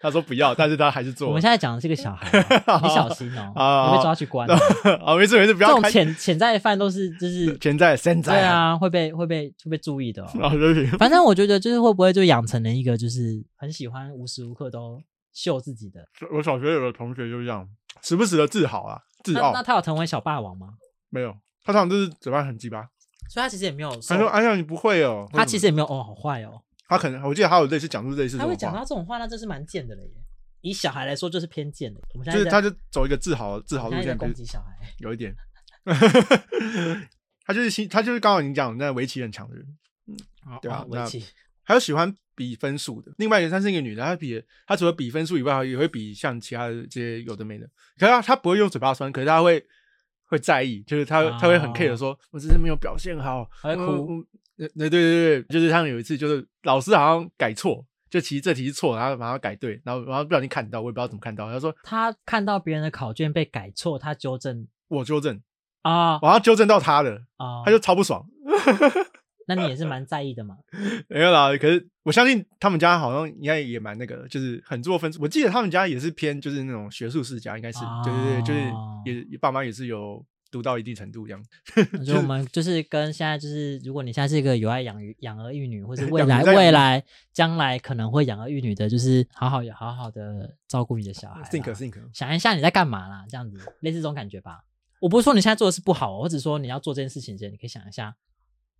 Speaker 1: 他说不要，但是他还是做。
Speaker 2: 我们现在讲的是个小孩 啊，你小心哦，
Speaker 1: 啊
Speaker 2: 你被抓去关哦。
Speaker 1: 啊，没事没事，不
Speaker 2: 这
Speaker 1: 要
Speaker 2: 种
Speaker 1: 开。
Speaker 2: 潜潜在犯都是就是
Speaker 1: 潜在现
Speaker 2: 对
Speaker 1: 在，
Speaker 2: 啊，会被会被会被注 意的哦。
Speaker 1: 然后就是
Speaker 2: 反正我觉得就是会不会就养成了一个就是很喜欢无时无刻都秀自己的。
Speaker 1: 我小学有个同学就是这样，时不时的自豪啊，自
Speaker 2: 那
Speaker 1: 傲
Speaker 2: 那他有成为小霸王吗？
Speaker 1: 没有。他常常就是嘴巴很鸡巴，
Speaker 2: 所以他其实也没有受。
Speaker 1: 他说：“哎呀，你不会哦。”
Speaker 2: 他其实也没有哦，好坏哦。
Speaker 1: 他可能我记得他有类似讲出类似
Speaker 2: 他
Speaker 1: 这
Speaker 2: 会
Speaker 1: 种
Speaker 2: 讲到
Speaker 1: 话，
Speaker 2: 这种话，那真是蛮贱的了耶。以小孩来说，就是偏见的。我们现
Speaker 1: 就是
Speaker 2: 在在
Speaker 1: 他就走一个自豪自
Speaker 2: 我
Speaker 1: 豪
Speaker 2: 们
Speaker 1: 路
Speaker 2: 现在
Speaker 1: 线，
Speaker 2: 在攻
Speaker 1: 就是
Speaker 2: 击小孩，
Speaker 1: 有一点。 他就是心，他就是刚好你讲那围棋很强的人，对啊
Speaker 2: 哦围
Speaker 1: 那
Speaker 2: 棋
Speaker 1: 还有喜欢比分数的。另外一个，她是一个女的，她比她除了比分数以外，也会比像其他的这些有的没的。可是她她不会用嘴巴酸，可是她会会在意，就是她、
Speaker 2: 啊
Speaker 1: 她会很 care 说，我这次没有表现好，
Speaker 2: 她会哭
Speaker 1: 我。我呃对对对对，就是他们有一次就是老师好像改错，就其实这题是错，然后马上改对，然后然后不小心看到，我也不知道怎么看到，他说
Speaker 2: 他看到别人的考卷被改错，他纠正
Speaker 1: 我纠正，
Speaker 2: 啊
Speaker 1: 我要纠正到他的，
Speaker 2: 啊，
Speaker 1: 他就超不爽。
Speaker 2: 那你也是蛮在意的嘛。
Speaker 1: 没有啦，可是我相信他们家好像应该也蛮那个的，就是很做分数。我记得他们家也是偏就是那种学术世家，应该是、对对对，
Speaker 2: 哦
Speaker 1: 就是也爸妈也是有读到一定程度这样。
Speaker 2: 我觉得我们就是跟现在就是，如果你现在是一个有爱养育养儿育女，或是未
Speaker 1: 养
Speaker 2: 来
Speaker 1: 育在
Speaker 2: 未
Speaker 1: 养育
Speaker 2: 来将来可能会养儿育女的，就是好好好好的照顾你的小孩啦。
Speaker 1: think 啊 think，
Speaker 2: 想一下你在干嘛啦，这样子类似这种感觉吧。我不是说你现在做的是不好哦，我只是说你要做这件事情前，你可以想一下，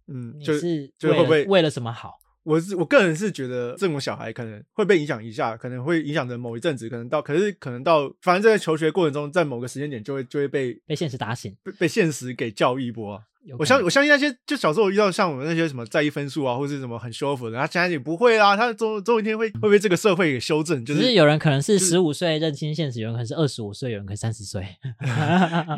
Speaker 1: 嗯，
Speaker 2: 你
Speaker 1: 就是就
Speaker 2: 为
Speaker 1: 会
Speaker 2: 了
Speaker 1: 不会
Speaker 2: 为了什么好？
Speaker 1: 我是我个人是觉得这种小孩可能会被影响一下，可能会影响着某一阵子，可能到可是可能到反正在求学过程中，在某个时间点就会就会被
Speaker 2: 被现实打醒。
Speaker 1: 被被现实给教育一波啊、
Speaker 2: 有
Speaker 1: 我
Speaker 2: 可能
Speaker 1: 相我相信那些就小时候遇到像我们那些什么在意分数啊，或是什么很修复的，他现在也不会啦，他总总有一天会会被这个社会给修正，就
Speaker 2: 只
Speaker 1: 是
Speaker 2: 是有人可能是十五岁认清现实，有人可能是二十五岁，有人可能三十岁，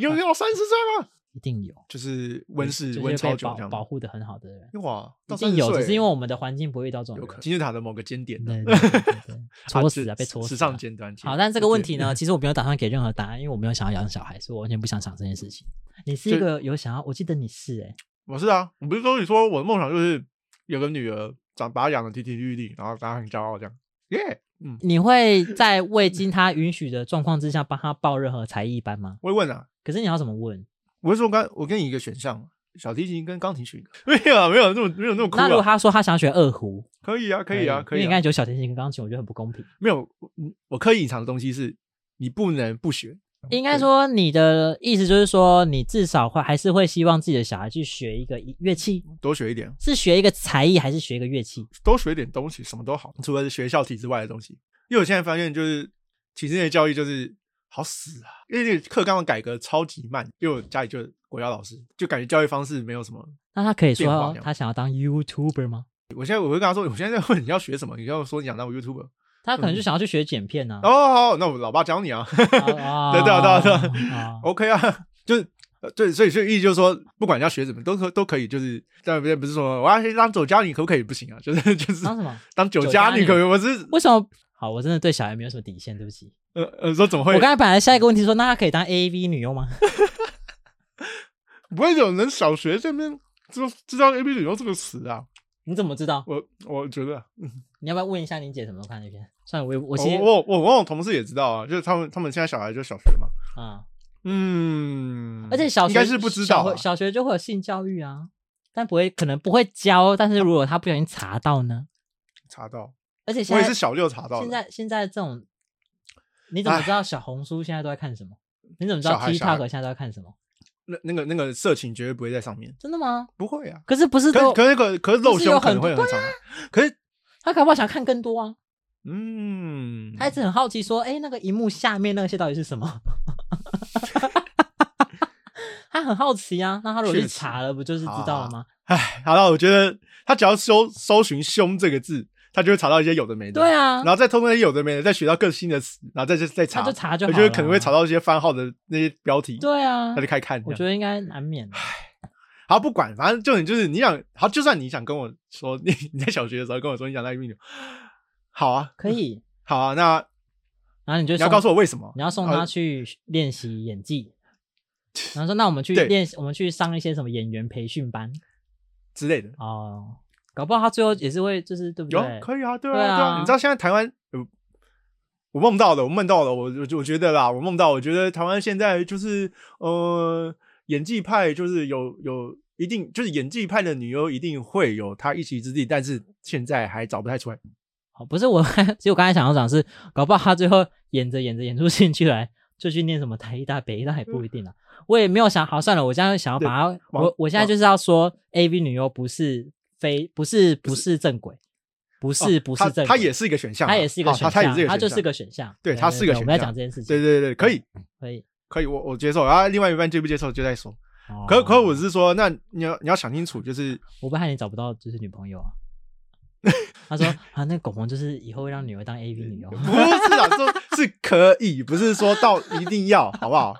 Speaker 1: 有没有三十岁吗？
Speaker 2: 一定有
Speaker 1: 就是温室
Speaker 2: 啊就是
Speaker 1: 温超
Speaker 2: 被
Speaker 1: 久这
Speaker 2: 保
Speaker 1: 样，
Speaker 2: 保护的很好的人，
Speaker 1: 哇，
Speaker 2: 一
Speaker 1: 到
Speaker 2: 定有，
Speaker 1: 30岁欸
Speaker 2: 只是因为我们的环境不会遇到这种
Speaker 1: 有
Speaker 2: 人啊
Speaker 1: 可。能金字塔的某个尖点，
Speaker 2: 对对对对 对戳死
Speaker 1: 就
Speaker 2: 啊，被戳死
Speaker 1: 时
Speaker 2: 啊。
Speaker 1: 尚尖端。
Speaker 2: 好，但这个问
Speaker 1: 嗯
Speaker 2: 题呢，其实我没有打算给任何答案，因为我没有想要养小孩，所以我完全不想想这件事情。你是一
Speaker 1: 就
Speaker 2: 个有想要，我记得你是哎、
Speaker 1: 我是啊，我不是跟你说我的梦想就是有个女儿长把她养的亭亭玉立，然后把她很骄傲这样，耶，嗯，
Speaker 2: 你会在未经他允许的状况之下帮他报任何才艺班吗？
Speaker 1: 我会问啊，
Speaker 2: 可是你要怎么问？
Speaker 1: 我是说刚我给你一个选项，小提琴跟钢琴选一个， 没有啊，没有那么没有那么酷
Speaker 2: 那如果
Speaker 1: 啊，
Speaker 2: 他说他想要学二胡，
Speaker 1: 可以啊，可以啊，嗯可
Speaker 2: 因为
Speaker 1: 以
Speaker 2: 你
Speaker 1: 啊，
Speaker 2: 刚才觉得小提琴跟钢琴，我觉得很不公平。
Speaker 1: 没有，我我刻意隐藏的东西是你不能不学，
Speaker 2: 应该说你的意思就是说，你至少会还是会希望自己的小孩去学一个乐器，
Speaker 1: 多学一点，
Speaker 2: 是学一个才艺还是学一个乐器？
Speaker 1: 多学一点东西，什么都好，除了是学校体制外的东西。因为我现在发现，就是体制内教育就是好死啊，因为这个课纲的改革超级慢，因为我家里就国家老师，就感觉教育方式没有什么。
Speaker 2: 那他可以
Speaker 1: 变化
Speaker 2: 说
Speaker 1: 这样
Speaker 2: 他想要当 YouTuber 吗？
Speaker 1: 我现在我会跟他说，我现在在问你要学什么，你要说你想当 YouTuber，
Speaker 2: 他可能就想要去学剪片啊。
Speaker 1: 嗯哦，好，那我老爸教你啊。
Speaker 2: 啊
Speaker 1: 对对啊对啊对啊
Speaker 2: 啊
Speaker 1: OK 啊，就是呃对，所以所以意思就是说，不管要学什么，都可都可以，就是但不是不是说我要去当酒家女可不可以？不行啊，就是就是
Speaker 2: 当什么？
Speaker 1: 当酒家女可不可以？我是
Speaker 2: 为什么？好，我真的对小孩没有什么底线，对不起。
Speaker 1: 呃呃说怎么
Speaker 2: 我
Speaker 1: 会
Speaker 2: 刚才本来下一个问题说，那他可以当 AV 女优吗？
Speaker 1: 不会有人小学这边知知道 A B 女优这个词啊？
Speaker 2: 你怎么知道？
Speaker 1: 我我觉得
Speaker 2: 你要不要问一下你姐什么时候看那片？算了，我也我
Speaker 1: 我
Speaker 2: 其实
Speaker 1: 我我我我同事也知道啊，就是他们他们现在小孩就小学嘛，
Speaker 2: 啊，
Speaker 1: 嗯，
Speaker 2: 而且小学
Speaker 1: 应该是不知道啊、
Speaker 2: 小小学就会有性教育啊，但不会可能不会教，但是如果他不小心查到呢？
Speaker 1: 查到，
Speaker 2: 而且现
Speaker 1: 我
Speaker 2: 在
Speaker 1: 也是小六查到的，
Speaker 2: 现在现在这种，你怎么
Speaker 1: 唉
Speaker 2: 知道小红书现在都在看什么？你怎么知道
Speaker 1: 小孩小孩
Speaker 2: TikTok 现在都在看什么？
Speaker 1: 那那个那个色情绝对不会在上面，
Speaker 2: 真的吗？
Speaker 1: 不会啊。
Speaker 2: 可是不是
Speaker 1: 可
Speaker 2: 都
Speaker 1: 可那个可是
Speaker 2: 就
Speaker 1: 露
Speaker 2: 是有
Speaker 1: 胸可能
Speaker 2: 很
Speaker 1: 会
Speaker 2: 多啊
Speaker 1: 很长，可是
Speaker 2: 他搞不好想看更多啊？
Speaker 1: 嗯，
Speaker 2: 他一直很好奇说，哎、那个荧幕下面那些到底是什 么？他很好奇啊，那他如果去
Speaker 1: 确实
Speaker 2: 查了，不就是知道了吗？
Speaker 1: 唉， 好了，我觉得他只要搜搜寻“凶”这个字，他就会查到一些有的没的，
Speaker 2: 对啊
Speaker 1: 然，后再通过那些有的没的，再学到更新的词，然后再再再
Speaker 2: 他
Speaker 1: 查，
Speaker 2: 就查就
Speaker 1: 我
Speaker 2: 好
Speaker 1: 觉得可能会查
Speaker 2: 到。
Speaker 1: 到一些番号的那些标题，
Speaker 2: 对啊
Speaker 1: 他，就开始看这
Speaker 2: 我
Speaker 1: 样。
Speaker 2: 觉得应该难免的。
Speaker 1: 好，不管，反正重点就是你想，好，就算你想跟我说你你在小学的时候跟我说你想当一名牛， 好啊，
Speaker 2: 可以。
Speaker 1: 好啊，那
Speaker 2: 然后 你就
Speaker 1: 你要告诉
Speaker 2: 我，呃
Speaker 1: 我为什么？
Speaker 2: 你要送
Speaker 1: 好
Speaker 2: 他去练习演 技，然后说那我们去
Speaker 1: 对
Speaker 2: 练习，我们去上一些什么演员培训班
Speaker 1: 之类的，
Speaker 2: 哦。搞不好他最后也是会，就是对不
Speaker 1: 有
Speaker 2: 对？
Speaker 1: 可以啊，对啊，
Speaker 2: 对
Speaker 1: 对
Speaker 2: 啊
Speaker 1: 啊。你知道现在台湾，呃我梦到了，我梦到了，我我我觉得啦，我梦到，我觉得台湾现在就是呃，演技派就是有有一定，就是演技派的女优一定会有她一席之地，但是现在还找不太出来。
Speaker 2: 哦，不是我， 其实我刚才想要讲的是，搞不好他最后演着演着演出兴趣来，就去念什么台艺大、北艺大也不一定啊。我也没有想好，算了，我现在想要把它，
Speaker 1: 往
Speaker 2: 我我现在
Speaker 1: 往
Speaker 2: 就是要说，A V 女优不是非不是不是正轨，不是不是
Speaker 1: 哦她
Speaker 2: 正轨，
Speaker 1: 她也是一个选项啊，
Speaker 2: 它也是一个
Speaker 1: 哦
Speaker 2: 选项，
Speaker 1: 她她也是一个选项，
Speaker 2: 就是个选项，
Speaker 1: 对它是个
Speaker 2: 对我
Speaker 1: 选
Speaker 2: 们在
Speaker 1: 项
Speaker 2: 讲这件事情，
Speaker 1: 对对对，可以
Speaker 2: 可以。
Speaker 1: 可以，我我接受啊。另外一半接不接受就再说。
Speaker 2: 哦
Speaker 1: 可可我是说，那你要你要想清楚，就是
Speaker 2: 我不怕你找不到就是女朋 友啊。他说啊，那狗萌就是以后会让女儿当 A V 女 优，
Speaker 1: 不是啊，说是可以，不是说到一定要，好不 好？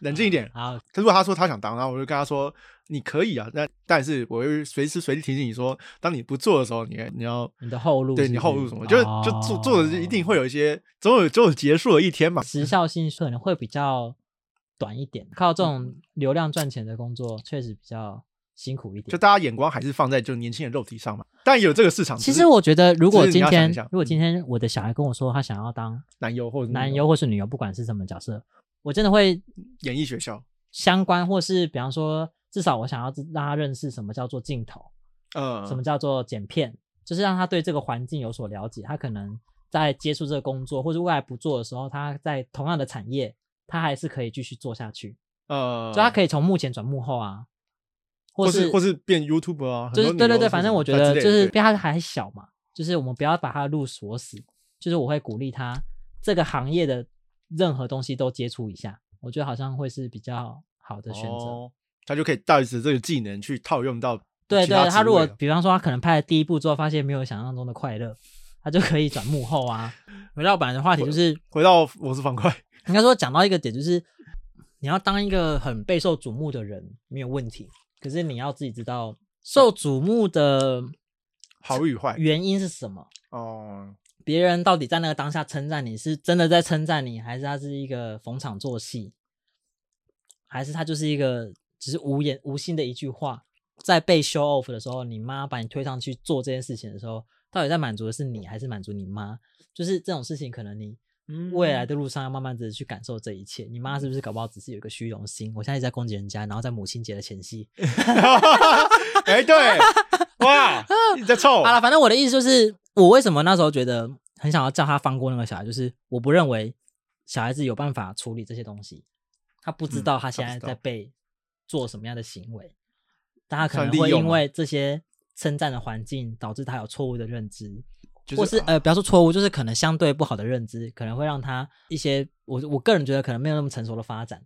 Speaker 1: 冷静一点。
Speaker 2: 好，
Speaker 1: 可如果他说他想当，然后我就跟他说你可以啊，但但是我会随时随地提醒你说，当你不做的时候，你你要
Speaker 2: 你的后路
Speaker 1: 对
Speaker 2: 是哦
Speaker 1: 你
Speaker 2: 不
Speaker 1: 后
Speaker 2: 是
Speaker 1: 路什么，就是就做做的一定会有一些，总有总有结束的一天嘛。
Speaker 2: 时效性可能会比较短一点，靠这种
Speaker 1: 嗯
Speaker 2: 流量赚钱的工作确实比较辛苦一
Speaker 1: 就
Speaker 2: 点。
Speaker 1: 大家眼光还是放在就年轻人肉体上嘛，但有这个市场。
Speaker 2: 其
Speaker 1: 只
Speaker 2: 实
Speaker 1: 是
Speaker 2: 我觉得，如果
Speaker 1: 只是
Speaker 2: 今
Speaker 1: 你要
Speaker 2: 天
Speaker 1: 想一想嗯
Speaker 2: 如果今天我的小孩跟我说他想要当
Speaker 1: 男优或者
Speaker 2: 男
Speaker 1: 女
Speaker 2: 优或是女优，不管是什么角色，我真的会
Speaker 1: 演艺学校，
Speaker 2: 相关，或是比方说，至少我想要知让他认识什么叫做镜头，
Speaker 1: 呃，
Speaker 2: 什么叫做剪片，就是让他对这个环境有所了解。他可能在接触这个工作，或者未来不做的时候，他在同样的产业，他还是可以继续做下去。
Speaker 1: 呃，
Speaker 2: 所以他可以从幕前转幕后啊，
Speaker 1: 或
Speaker 2: 是
Speaker 1: 或是变 YouTube 啊，
Speaker 2: 就是
Speaker 1: 很
Speaker 2: 对
Speaker 1: 多女优
Speaker 2: 对对，
Speaker 1: 是
Speaker 2: 反正
Speaker 1: 什么
Speaker 2: 我觉
Speaker 1: 之
Speaker 2: 得
Speaker 1: 类
Speaker 2: 就
Speaker 1: 的
Speaker 2: 是，
Speaker 1: 对
Speaker 2: 因为他还小嘛，就是我们不要把他的路锁死，就是我会鼓励他这个行业的任何东西都接触一下，我觉得好像会是比较好的选择。
Speaker 1: 哦他就可以带着这个技能去套用到
Speaker 2: 对
Speaker 1: 其他啊
Speaker 2: 对，他
Speaker 1: 职
Speaker 2: 如
Speaker 1: 位
Speaker 2: 果
Speaker 1: 了
Speaker 2: 比方说他可能拍了第一部之后，发现没有想象中的快乐，他就可以转幕后啊。回到本来的话题，就是
Speaker 1: 回到我是方块，
Speaker 2: 应该说讲到一个点，就是你要当一个很备受瞩目的人没有问题，可是你要自己知道受瞩目的
Speaker 1: 好与坏
Speaker 2: 原因是什么。
Speaker 1: 哦，
Speaker 2: 别人到底在那个当下称赞你是真的在称赞你，还是他是一个逢场作戏，还是他就是一个只是无言无心的一句话，在被 show off 的时候，你妈把你推上去做这件事情的时候，到底在满足的是你，还是满足你妈？就是这种事情，可能你
Speaker 1: 嗯
Speaker 2: 未 来的路上要慢慢的去感受这一切。你妈是不是搞不好只是有一个虚荣心？我现在一直在攻击人家，然后在母亲节的前夕，
Speaker 1: 哎，对，哇，你在臭
Speaker 2: 好了，反正我的意思就是，我为什么那时候觉得很想要叫他放过那个小孩，就是我不认为小孩子有办法处理这些东西，他不知
Speaker 1: 嗯
Speaker 2: 道他
Speaker 1: 他
Speaker 2: 现
Speaker 1: 不
Speaker 2: 在
Speaker 1: 知
Speaker 2: 在
Speaker 1: 道
Speaker 2: 被做什么样的行为，但他可
Speaker 1: 算
Speaker 2: 能
Speaker 1: 利
Speaker 2: 会
Speaker 1: 用啊
Speaker 2: 因
Speaker 1: 嘛
Speaker 2: 为这些称赞的环境，导致他有错误的认知，
Speaker 1: 就啊
Speaker 2: 或是呃，不要说错误，就是可能相对不好的认知，可能会让他一些我我个人觉得可能没有那么成熟的发展，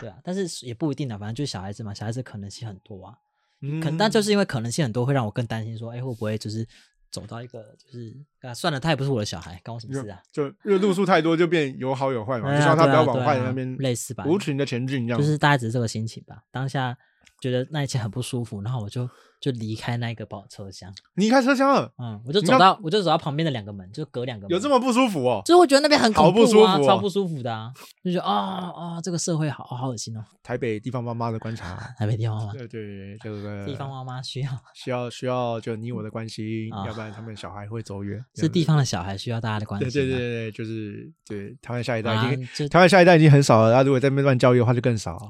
Speaker 2: 对啊，但是也不一定的，反正就是小孩子嘛，小孩子可能性很多啊，
Speaker 1: 嗯
Speaker 2: 可能但就是是因为可能性很多，会让我更担心说，哎、会不会就是走到一个就是啊，算了，他也不是我的小孩，关我什么事啊？
Speaker 1: 就因为路数太多，就变有好有坏嘛，
Speaker 2: 对啊
Speaker 1: 就希望他不要
Speaker 2: 对
Speaker 1: 往
Speaker 2: 啊
Speaker 1: 坏
Speaker 2: 对啊
Speaker 1: 的那边
Speaker 2: 类似吧
Speaker 1: 无情的前进这样
Speaker 2: 就
Speaker 1: 子。
Speaker 2: 是大概只是这个心情吧。当下觉得那一切很不舒服，然后我就就离开那个保车厢，
Speaker 1: 你开车厢了，
Speaker 2: 嗯，我就
Speaker 1: 你
Speaker 2: 走
Speaker 1: 看
Speaker 2: 到我就走到旁边的两个门，就隔两个门，
Speaker 1: 有这么不舒服哦？
Speaker 2: 就是我觉得那边很恐
Speaker 1: 好
Speaker 2: 怖
Speaker 1: 不舒
Speaker 2: 啊，
Speaker 1: 服哦
Speaker 2: 超不舒服的啊，就觉得啊啊、这个社会好好恶心哦，
Speaker 1: 台北地方妈妈的观察，
Speaker 2: 台北地方妈妈，
Speaker 1: 对对，就是
Speaker 2: 地方妈妈需要
Speaker 1: 需要需要就你我的关心，
Speaker 2: 啊
Speaker 1: 要不然他们小孩会走远。这
Speaker 2: 是
Speaker 1: 样子
Speaker 2: 地方的小孩需要大家的关心、
Speaker 1: 对
Speaker 2: 啊，
Speaker 1: 对对对，就是对台湾下一代
Speaker 2: 啊
Speaker 1: 已经，
Speaker 2: 就
Speaker 1: 台湾下一代已经很少了，那如果在那边乱教育的话就更少。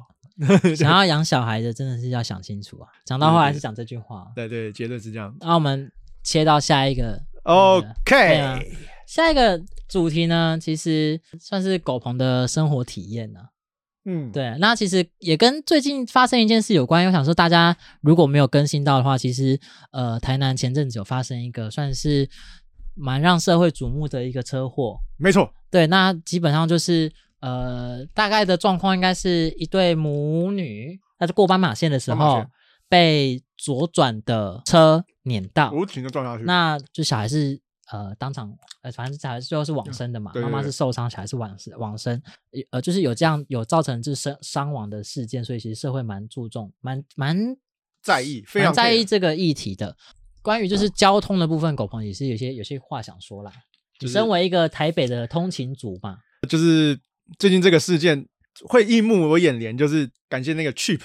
Speaker 2: 想要养小孩的真的是要想清楚啊！讲到后来是讲这句话。啊
Speaker 1: 对对，结论是这样。
Speaker 2: 那我们切到下一个，对啊
Speaker 1: OK，
Speaker 2: 下一个主题呢，其实算是狗鹏的生活体验啊呢、
Speaker 1: 嗯，
Speaker 2: 对，那其实也跟最近发生一件事有关。我想说，大家如果没有更新到的话，其实呃，台南前阵子有发生一个算是蛮让社会瞩目的一个车祸。
Speaker 1: 没错，
Speaker 2: 对，那基本上就是呃，大概的状况应该是一对母女，那就过斑马线的时
Speaker 1: 斑马
Speaker 2: 候
Speaker 1: 线
Speaker 2: 被左转的车碾到，
Speaker 1: 无情的撞下去。
Speaker 2: 那就小孩是呃当场呃，反正小孩最后是往生的嘛，
Speaker 1: 嗯对对
Speaker 2: 妈妈
Speaker 1: 对
Speaker 2: 是受伤，小孩是往生往生，呃，就是有这样有造成就是伤伤亡的事件，所以其实社会蛮注重蛮蛮
Speaker 1: 在意，非
Speaker 2: 蛮
Speaker 1: 常
Speaker 2: 嗯
Speaker 1: 嗯
Speaker 2: 在意
Speaker 1: care，
Speaker 2: 这个议题的。关于就是交通的部分，狗鹏也是有些有些话想说啦。
Speaker 1: 就是
Speaker 2: 你身为一个台北的通勤族嘛，
Speaker 1: 最近这个事件会映入我眼帘，就是感谢那个 Cheap，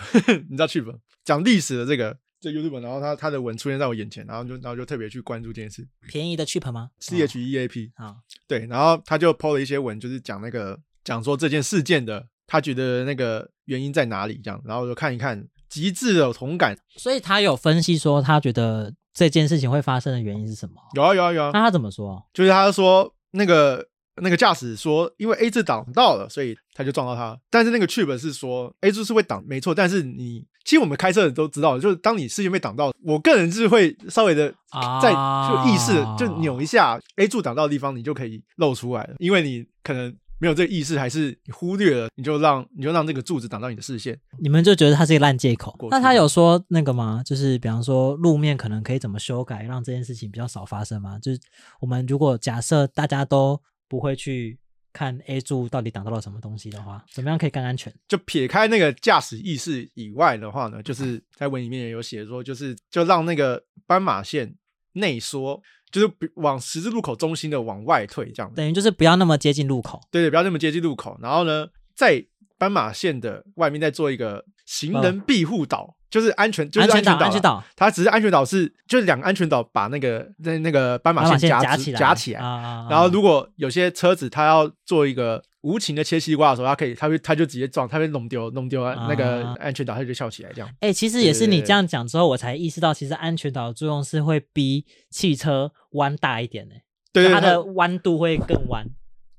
Speaker 1: 你知 道 Cheap 吧讲历史的这个这 YouTube，然后他他的文出现在我眼前，然后就然后就特别去关注这
Speaker 2: 哦
Speaker 1: 件事
Speaker 2: 便宜的 cheap 吗
Speaker 1: ，C H E A P，、
Speaker 2: 啊、哦
Speaker 1: 对，然后他就 PO 了一些文，就是讲那个讲说这件事件的，他觉得那个原因在哪里这样，然后我就看一看，极致有同感，
Speaker 2: 所以他有分析说，他觉得这件事情会发生的原因是什么？
Speaker 1: 有啊有啊有
Speaker 2: 那
Speaker 1: 啊，
Speaker 2: 他怎么说？
Speaker 1: 就是他说那个那个驾驶说，因为 A 字挡到了，所以他就撞到他，但是那个剧本是说 A 字是会挡，没错，但是你其实我们开车的都知道，就是当你视线被挡到，我个人是会稍微的
Speaker 2: 啊
Speaker 1: 在就意识就扭一下 A 柱挡到的地方，你就可以露出来了，因为你可能没有这个意识，还是你忽略了，你就让你就让这个柱子挡到你的视线。
Speaker 2: 你们就觉得他是一个烂借口
Speaker 1: 过。去
Speaker 2: 那他有说那个吗？就是比方说路面可能可以怎么修改，让这件事情比较少发生吗？就是我们如果假设大家都不会去看 A 柱到底挡到了什么东西的话，怎么样可以更安全？
Speaker 1: 就撇开那个驾驶意识以外的话呢，就是在文里面也有写说，就是就让那个斑马线内缩，就是比往十字路口中心的往外退这样子。
Speaker 2: 等于就是不要那么接近路口，
Speaker 1: 对对，不要这么接近路口。然后呢，在斑马线的外面再做一个行人庇护岛，就是安全，就是
Speaker 2: 嗯安全
Speaker 1: 全岛啦，
Speaker 2: 岛，
Speaker 1: 啊
Speaker 2: 安全岛，
Speaker 1: 它只是安全岛是，就是两个安全岛把那个那那个斑马
Speaker 2: 把
Speaker 1: 线夹
Speaker 2: 夹
Speaker 1: 直
Speaker 2: 起来，
Speaker 1: 夹起来。
Speaker 2: 啊啊啊
Speaker 1: 然后如果有些车子它要做一个无情的切西瓜的时候，它可以，它会它就直接撞，它会弄丢弄丢那个
Speaker 2: 啊
Speaker 1: 安全岛，它就翘起来这样。
Speaker 2: 哎、其实也是
Speaker 1: 对
Speaker 2: 你
Speaker 1: 对
Speaker 2: 这样讲之后，我才意识到，其实安全岛的作用是会逼汽车弯大一点呢、
Speaker 1: 对对
Speaker 2: 它的
Speaker 1: 它
Speaker 2: 弯度会更弯，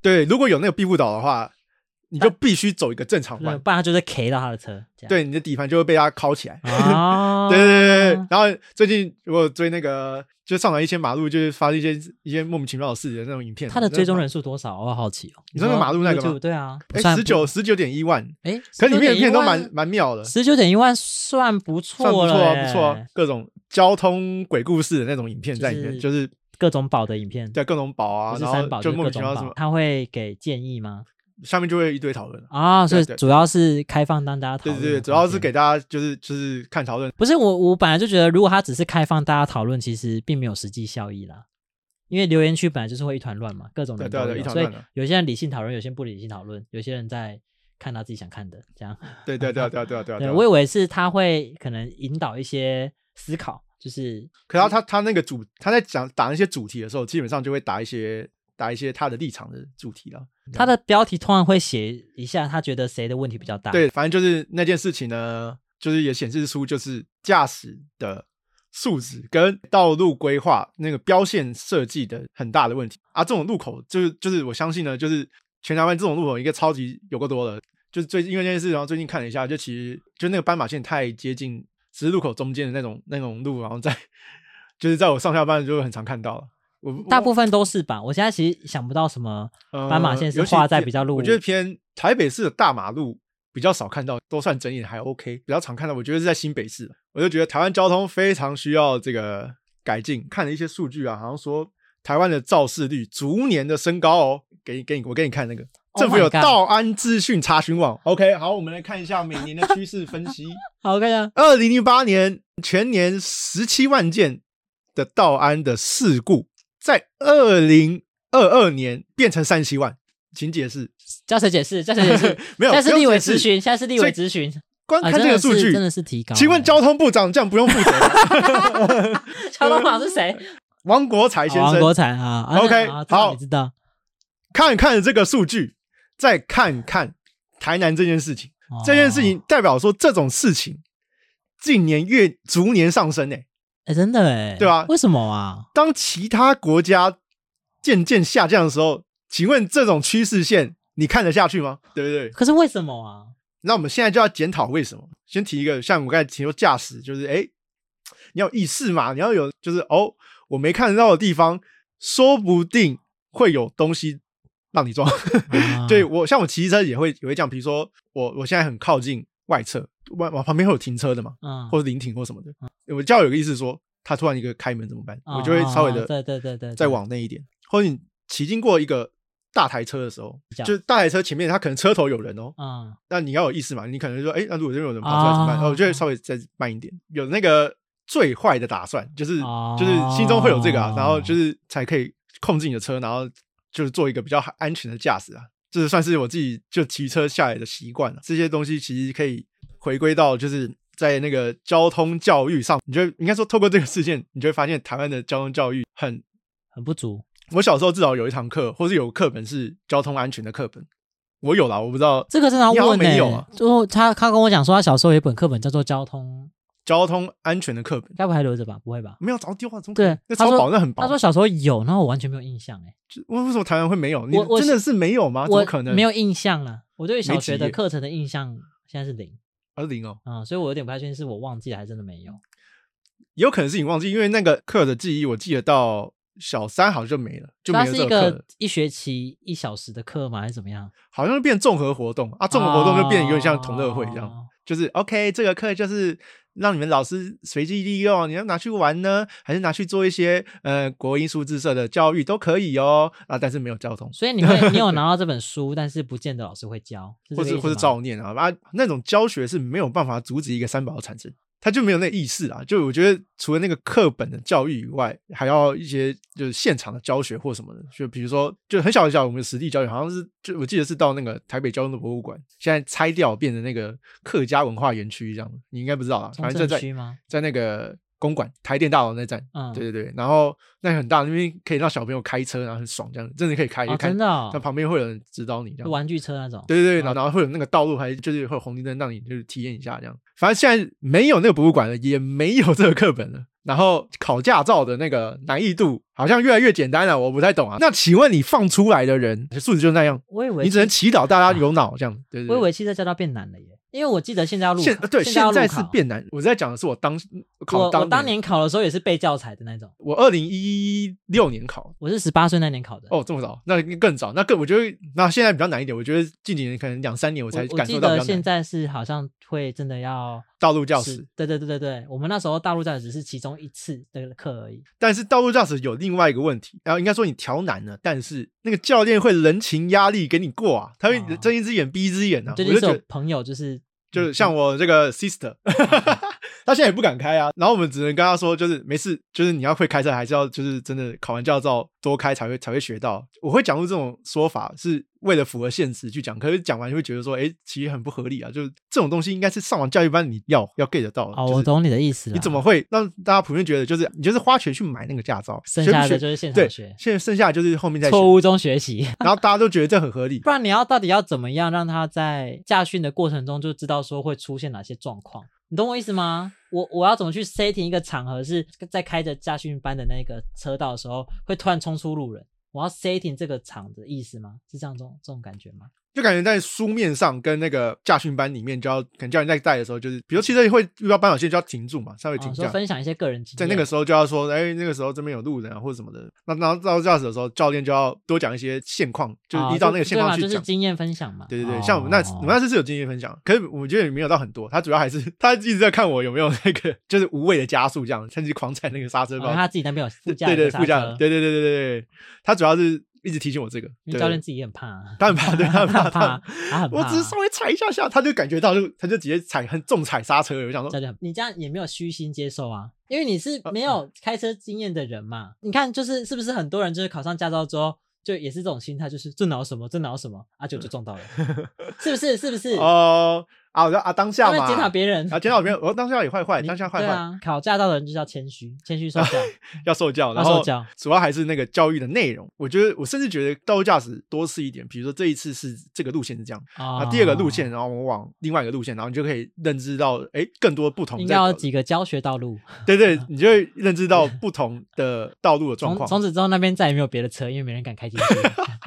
Speaker 1: 对，如果有那个庇护岛的话，你就必须走一个正常
Speaker 2: 不然
Speaker 1: 弯，
Speaker 2: 不然它就会 K 到他的车。这样，
Speaker 1: 对，你的底盘就会被它铐起来。
Speaker 2: 啊，
Speaker 1: 对对对对
Speaker 2: 啊
Speaker 1: 对，然后最近我有追那个，就上了一些马路，就是发生一些一些莫名其妙的事的那种影片。
Speaker 2: 他的追踪
Speaker 1: 人。
Speaker 2: 人数多少？我好奇哦。
Speaker 1: 你说那马路那个吗
Speaker 2: YouTube，对啊，不
Speaker 1: 哎，
Speaker 2: 算
Speaker 1: 十九十九点一万，
Speaker 2: 哎，
Speaker 1: 可是里面的片都蛮蛮妙的，
Speaker 2: 十九点一万，算不
Speaker 1: 算不错
Speaker 2: 错了
Speaker 1: 啊，
Speaker 2: 耶，
Speaker 1: 不错啊，各种交通鬼故事的那种影片在里面，就
Speaker 2: 就是
Speaker 1: 是
Speaker 2: 各种宝的影片，
Speaker 1: 对各种宝啊，
Speaker 2: 不是
Speaker 1: 然
Speaker 2: 三宝
Speaker 1: 后就是莫
Speaker 2: 各
Speaker 1: 名其
Speaker 2: 种
Speaker 1: 妙什
Speaker 2: 宝
Speaker 1: 么，，
Speaker 2: 他会给建议吗？
Speaker 1: 下面就会一堆讨论啊。
Speaker 2: 啊，所以
Speaker 1: 对对
Speaker 2: 主要是开放让大家讨
Speaker 1: 对
Speaker 2: 论的空
Speaker 1: 对
Speaker 2: 间，
Speaker 1: 对，主要是给大家就是就是看讨论，
Speaker 2: 不是我，我本来就觉得，如果他只是开放大家讨论，其实并没有实际效益啦。因为留言区本来就是会一团乱嘛，各种
Speaker 1: 对
Speaker 2: 人
Speaker 1: 对
Speaker 2: 都
Speaker 1: 对
Speaker 2: 有
Speaker 1: 一团
Speaker 2: 所以
Speaker 1: 乱的
Speaker 2: 有些人理性讨论，有些人不理性讨论，有些人在看他自己想看的，这样。
Speaker 1: 对对对对对对
Speaker 2: 对，
Speaker 1: 对。
Speaker 2: 我以为是他会可能引导一些思考，就是
Speaker 1: 可是他他他那个主他在讲打那些主题的时候，基本上就会打一些打一些他的立场的主题了。
Speaker 2: 他的标题通常会写一下他觉得谁的问题比较大。
Speaker 1: 对，反正就是那件事情呢，就是也显示出就是驾驶的素质跟道路规划那个标线设计的很大的问题啊。这种路口就是就是我相信呢，就是全台湾这种路口一个超级有够多的，就是最近因为那件事，然后最近看了一下，就其实就那个斑马线太接近十字路口中间的那种那种路，然后在 就是在我上下班就会很常看到了。我
Speaker 2: 大部分都是吧。我现在其实想不到什么斑马线是
Speaker 1: 呃尤其
Speaker 2: 画在
Speaker 1: 偏
Speaker 2: 比较路
Speaker 1: 我觉得偏台北市的大马路比较少看到，都算整理的还 OK。比较常看到，我觉得是在新北市。我就觉得台湾交通非常需要这个改进。看了一些数据啊，好像说台湾的肇事率逐年的升高哦。给你，给你，我给你看那个
Speaker 2: Oh
Speaker 1: 政府有
Speaker 2: my God
Speaker 1: 道安资讯查询网。OK，好，我们来看一下每年的趋势分析。
Speaker 2: 好，我看一下，
Speaker 1: 二零零八年全年十七万件的道安的事故，在二零二二年变成三十七万，请解释。
Speaker 2: 叫谁解释？叫谁解释？
Speaker 1: 没有，
Speaker 2: 现在是
Speaker 1: 不
Speaker 2: 立
Speaker 1: 用
Speaker 2: 委
Speaker 1: 解
Speaker 2: 咨
Speaker 1: 释。
Speaker 2: 询，现在是立
Speaker 1: 所
Speaker 2: 委
Speaker 1: 以
Speaker 2: 咨询。
Speaker 1: 光
Speaker 2: 啊
Speaker 1: 看这个数
Speaker 2: 真的是
Speaker 1: 据，
Speaker 2: 真的是提高
Speaker 1: 请问
Speaker 2: 欸
Speaker 1: 交通部长这样不用负责吗？
Speaker 2: 乔东宝是谁？
Speaker 1: 王国才先
Speaker 2: 王国
Speaker 1: 生，
Speaker 2: 才啊。啊
Speaker 1: OK，
Speaker 2: 啊知道
Speaker 1: 好
Speaker 2: 你知道。
Speaker 1: 看看这个数据，再看看台南这件事情。
Speaker 2: 哦
Speaker 1: 这件事，情代表说，这种事情近年越逐年上升诶、欸
Speaker 2: 哎，真的哎，
Speaker 1: 对啊
Speaker 2: 为什么啊？
Speaker 1: 当其他国家渐渐下降的时候，请问这种趋势线你看得下去吗？对不对？
Speaker 2: 可是为什么啊？
Speaker 1: 那我们现在就要检讨为什么。先提一个，像我刚才提到驾驶，就是哎，诶你要有意识嘛，你要有就是哦，我没看得到的地方，说不定会有东西让你撞。
Speaker 2: 啊
Speaker 1: 对我，像我骑车也会也会这样，比如说我我现在很靠近外侧，外我旁边会有停车的嘛，
Speaker 2: 嗯，
Speaker 1: 或者临停或什么的，我就要有个意识说，他突然一个开门怎么办？
Speaker 2: 啊
Speaker 1: 我就会稍微
Speaker 2: 啊啊
Speaker 1: 的
Speaker 2: 对对对对，对
Speaker 1: 再往那一点，或者你骑经过一个大台车的时候
Speaker 2: 比较，
Speaker 1: 就是大台车前面它可能车头有人哦，
Speaker 2: 嗯，
Speaker 1: 那你要有意识嘛，你可能就说，哎、那如果这边有人跑出来怎么办？
Speaker 2: 哦
Speaker 1: 哦，我就会稍微再慢一点，有那个最坏的打算，就是、
Speaker 2: 哦
Speaker 1: 就是心中会有这个啊，然后就是才可以控制你的车，然后就是做一个比较安全的驾驶啊，这算是我自己就骑车下来的习惯了、这些东西其实可以回归到就是。在那个交通教育上，你就应该说，透过这个事件，你就会发现台湾的交通教育很
Speaker 2: 很不足。
Speaker 1: 我小时候至少有一堂课，或是有课本是交通安全的课本，我有啦，我不知道
Speaker 2: 这个真的要
Speaker 1: 你好像
Speaker 2: 问呢、
Speaker 1: 没有啊
Speaker 2: 最后他他跟我讲说，他小时候有一本课本叫做《交通》，
Speaker 1: 交通安全的课本
Speaker 2: 该不会还留着吧？不会吧？
Speaker 1: 没有早丢啊，怎么可能
Speaker 2: 对，
Speaker 1: 那
Speaker 2: 他
Speaker 1: 超
Speaker 2: 说
Speaker 1: 薄，那很薄。
Speaker 2: 他说小时候有，然后我完全没有印象、欸，
Speaker 1: 就为为什么台湾会没有？你
Speaker 2: 我我
Speaker 1: 真的是没有吗？怎
Speaker 2: 我
Speaker 1: 么可能？
Speaker 2: 没有印象了。我对小学
Speaker 1: 没几
Speaker 2: 的
Speaker 1: 页
Speaker 2: 课程的印象现在是零
Speaker 1: 二零哦，
Speaker 2: 啊、嗯所以我有点不太确定是我忘记了还是真的没有。
Speaker 1: 也有可能是你忘记，因为那个课的记忆我记得到小三好像就没了，就没
Speaker 2: 它
Speaker 1: 有
Speaker 2: 是
Speaker 1: 这
Speaker 2: 一
Speaker 1: 课了
Speaker 2: 个，一学期一小时的课吗？还是怎么样？
Speaker 1: 好像变综合活动啊，综合活动就变得有点像同乐会这样，
Speaker 2: 哦
Speaker 1: 就是 OK，这个课就是。让你们老师随机利用，你要拿去玩呢，还是拿去做一些呃国音数字社的教育都可以哦啊，但是没有交通，
Speaker 2: 所以你会你有拿到这本书，但是不见得老师会教，是
Speaker 1: 或
Speaker 2: 这
Speaker 1: 是
Speaker 2: 个意
Speaker 1: 或
Speaker 2: 思
Speaker 1: 是
Speaker 2: 吗
Speaker 1: 照念啊啊，那种教学是没有办法阻止一个三宝的产生，他就没有那个意识啊。就我觉得除了那个课本的教育以外，还要一些就是现场的教学或什么的，就比如说就很小很小我们的实地教育，好像是就我记得是到那个台北交通的博物馆，现在拆掉变成那个客家文化园区这样，你应该不知道啊，
Speaker 2: 中
Speaker 1: 反正在
Speaker 2: 正
Speaker 1: 在
Speaker 2: 区吗？
Speaker 1: 在那个公馆台电大楼那站。
Speaker 2: 嗯，
Speaker 1: 对对对，然后那很大，那边可以让小朋友开车，然后很爽，这样真的可以开，
Speaker 2: 哦，
Speaker 1: 看
Speaker 2: 真的、哦
Speaker 1: 那，旁边会有人指导你，这样
Speaker 2: 玩具车那种，
Speaker 1: 对对对，然后然后会有那个道路，还就是会有红绿灯，让你就是体验一下这样。反正现在没有那个博物馆了，也没有这个课本了。然后考驾照的那个难易度好像越来越简单了，我不太懂啊。那请问你放出来的人素质就那样，
Speaker 2: 我以为啊
Speaker 1: 你只能祈祷大家有脑这样。对
Speaker 2: 我以
Speaker 1: 对对，
Speaker 2: 为汽车驾照变难了耶，因为我记得现在要路
Speaker 1: 现呃
Speaker 2: 考
Speaker 1: 对
Speaker 2: 现在要
Speaker 1: 现在
Speaker 2: 路
Speaker 1: 是
Speaker 2: 考。
Speaker 1: 变难。我在讲的是我当考
Speaker 2: 我我
Speaker 1: 当
Speaker 2: 当年考的时候也是背教材的那种，
Speaker 1: 我二零一六年考。
Speaker 2: 我是十八岁那年考的。
Speaker 1: 哦，这么早？那更早？那更我觉得那现在比较难一点。我觉得近几年可能两三年我
Speaker 2: 我
Speaker 1: 才
Speaker 2: 我
Speaker 1: 感
Speaker 2: 记
Speaker 1: 受到
Speaker 2: 得
Speaker 1: 比较
Speaker 2: 现
Speaker 1: 难。
Speaker 2: 在是好像会真的要
Speaker 1: 道路教
Speaker 2: 是
Speaker 1: 室，
Speaker 2: 对对对对对，我们那时候大陆教室只是其中一次的课而已。
Speaker 1: 但是道路驾驶有另外一个问题，呃然后应该说你调难了，但是那个教练会人情压力给你过啊，他会
Speaker 2: 哦
Speaker 1: 睁一只眼闭一只眼啊。
Speaker 2: 最
Speaker 1: 我
Speaker 2: 近
Speaker 1: 就是觉
Speaker 2: 有
Speaker 1: 得，
Speaker 2: 朋友就是嗯
Speaker 1: 就是像我这个 sister，他现在也不敢开啊，然后我们只能跟他说，就是没事，就是你要会开车，还是要就是真的考完驾照多开才会才会学到。我会讲出这种说法是为了符合现实去讲，可是讲完就会觉得说，哎，其实很不合理啊，就是这种东西应该是上完教育班你要要 get 得到的。
Speaker 2: 哦，
Speaker 1: 就是
Speaker 2: 我懂你的意思了。
Speaker 1: 你怎么会让大家普遍觉得就是你就是花钱去买那个驾照，
Speaker 2: 剩
Speaker 1: 学不
Speaker 2: 下的
Speaker 1: 学
Speaker 2: 就是现
Speaker 1: 对
Speaker 2: 场学，
Speaker 1: 现在剩下的就是后面再学，
Speaker 2: 错误中学习？
Speaker 1: 然后大家都觉得这很合理。
Speaker 2: 不然你要到底要怎么样让他在驾训的过程中就知道说会出现哪些状况？你懂我意思吗？我我要怎么去 setting 一个场合是在开着驾训班的那个车道的时候会突然冲出路人？我要 setting 这个场的意思吗？是这样这种这种感觉吗？
Speaker 1: 就感觉在书面上跟那个驾训班里面，就要可能教练在带的时候，就是比如汽车会遇到斑马线就要停住嘛，稍微
Speaker 2: 啊
Speaker 1: 停，
Speaker 2: 说
Speaker 1: 下。
Speaker 2: 分享一些个人经验，
Speaker 1: 在那个时候就要说，哎，那个时候这边有路人啊，或者什么的。那然后到驾驶的时候，教练就要多讲一些现况，就是依照那个现
Speaker 2: 啊
Speaker 1: 况
Speaker 2: 对
Speaker 1: 去
Speaker 2: 嘛就是
Speaker 1: 讲。
Speaker 2: 经验分享嘛。
Speaker 1: 对对
Speaker 2: 哦
Speaker 1: 对，像我们那次我们那次是有经验分享，可是我觉得也没有到很多。他主要还是他一直在看我有没有那个就是无谓的加速，这样甚至狂踩那个刹车
Speaker 2: 哦
Speaker 1: 包。
Speaker 2: 他自己那边有副驾，
Speaker 1: 对对
Speaker 2: 有刹
Speaker 1: 副驾
Speaker 2: 车，
Speaker 1: 对对对对对对，他主要是一直提醒我这个。
Speaker 2: 因
Speaker 1: 对
Speaker 2: 为教练自己也很怕啊，
Speaker 1: 他很怕，对，他很怕，
Speaker 2: 怕，啊
Speaker 1: 他
Speaker 2: 他很怕。
Speaker 1: 我只是稍微踩一下下，他就感觉到就，他就直接踩很重踩刹车了。我想说，
Speaker 2: 教练，你这样也没有虚心接受啊，因为你是
Speaker 1: 哦
Speaker 2: 没有开车经验的人嘛。你看，就是是不是很多人就是考上驾照之后，就也是这种心态，就是这哪有什么，这哪有什么，啊就就撞 到了，是不是？是不是？
Speaker 1: 哦啊，我说啊，当下
Speaker 2: 他
Speaker 1: 嘛，
Speaker 2: 们检讨别人，
Speaker 1: 啊，检讨别人，我当下也坏坏，
Speaker 2: 你
Speaker 1: 当下坏
Speaker 2: 对
Speaker 1: 坏，
Speaker 2: 啊，考驾照的人就是要谦虚，谦虚受教。
Speaker 1: 要受教，然
Speaker 2: 要受
Speaker 1: 后
Speaker 2: 教
Speaker 1: 主要还是那个教育的内容。我觉得，我甚至觉得道路驾驶多试一点，比如说这一次是这个路线是这样，啊，
Speaker 2: 啊
Speaker 1: 第二个路线，然后我们往另外一个路线，然后你就可以认知到，哎，更多不同
Speaker 2: 应
Speaker 1: 在
Speaker 2: 该
Speaker 1: 走
Speaker 2: 有
Speaker 1: 的，
Speaker 2: 几个教学道路，
Speaker 1: 对对，你就会认知到不同的道路的状
Speaker 2: 啊从
Speaker 1: 况
Speaker 2: 从此之后那边再也没有别的车，因为没人敢开 进去，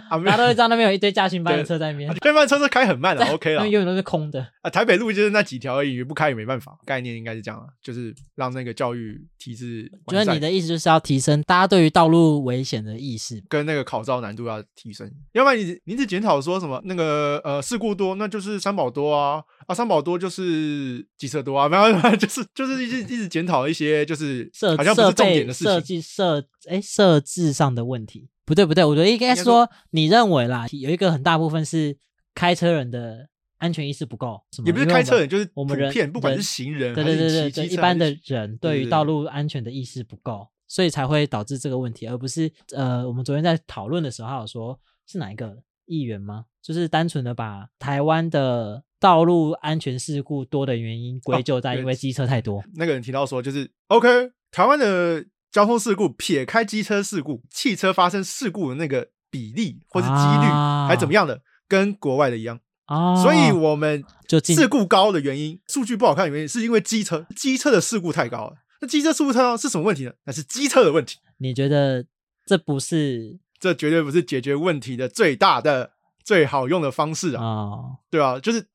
Speaker 1: 啊，没
Speaker 2: 大
Speaker 1: 有
Speaker 2: 家都会知道那边有一堆驾训班的
Speaker 1: 对啊
Speaker 2: 车在那边，
Speaker 1: 对方车是开很慢的，OK
Speaker 2: 那
Speaker 1: 了
Speaker 2: 边永远都是空的。
Speaker 1: 啊，台北路就是那几条而已，不开也没办法。概念应该是这样啊，就是让那个教育体制
Speaker 2: 就
Speaker 1: 完
Speaker 2: 是
Speaker 1: 善
Speaker 2: 你的意思就是要提升大家对于道路危险的意识，
Speaker 1: 跟那个考照难度要提升，要不然你你只检讨说什么那个呃事故多，那就是三宝多啊啊三宝多就是机车多啊， 没有没有就是就是一直一直检讨一些就是
Speaker 2: 设
Speaker 1: 好像不
Speaker 2: 设
Speaker 1: 是重点
Speaker 2: 备
Speaker 1: 的事
Speaker 2: 设
Speaker 1: 情，
Speaker 2: 计设哎设置上的问题。不对不对，我觉得应该是说你认为啦，有一个很大部分是开车人的安全意识不够，什么
Speaker 1: 也不是
Speaker 2: 因为
Speaker 1: 开车
Speaker 2: 我们
Speaker 1: 人，就是
Speaker 2: 我
Speaker 1: 普
Speaker 2: 们人
Speaker 1: 遍不管
Speaker 2: 人
Speaker 1: 是行人
Speaker 2: 对
Speaker 1: 还
Speaker 2: 对
Speaker 1: 是
Speaker 2: 对对
Speaker 1: 骑
Speaker 2: 对，
Speaker 1: 机
Speaker 2: 一
Speaker 1: 车
Speaker 2: 般
Speaker 1: 还
Speaker 2: 的
Speaker 1: 是对
Speaker 2: 人对
Speaker 1: 对
Speaker 2: 于
Speaker 1: 对
Speaker 2: 道路安全的意识不够，所以才会导致这个问题，而不是呃，我们昨天在讨论的时候还有说是哪一个议员吗？就是单纯的把台湾的道路安全事故多的原因归
Speaker 1: 哦
Speaker 2: 咎在
Speaker 1: 对
Speaker 2: 因为机车太 多，
Speaker 1: 那个人提到说，就是 OK，台湾的交通事故，撇开机车事故，汽车发生事故的那个比例或是几率、
Speaker 2: 啊
Speaker 1: 还怎么样的，跟国外的一样。
Speaker 2: 哦，
Speaker 1: 所以我们
Speaker 2: 就进
Speaker 1: 事故高的原因，数据不好看的原因，是因为机车机车的事故太高了。那机车事故太高是什么问题呢？那是机车的问题，
Speaker 2: 你觉得这不是
Speaker 1: 这绝对不是解决问题的最大的、最好用的方式
Speaker 2: 啊、
Speaker 1: 啊，对啊，就是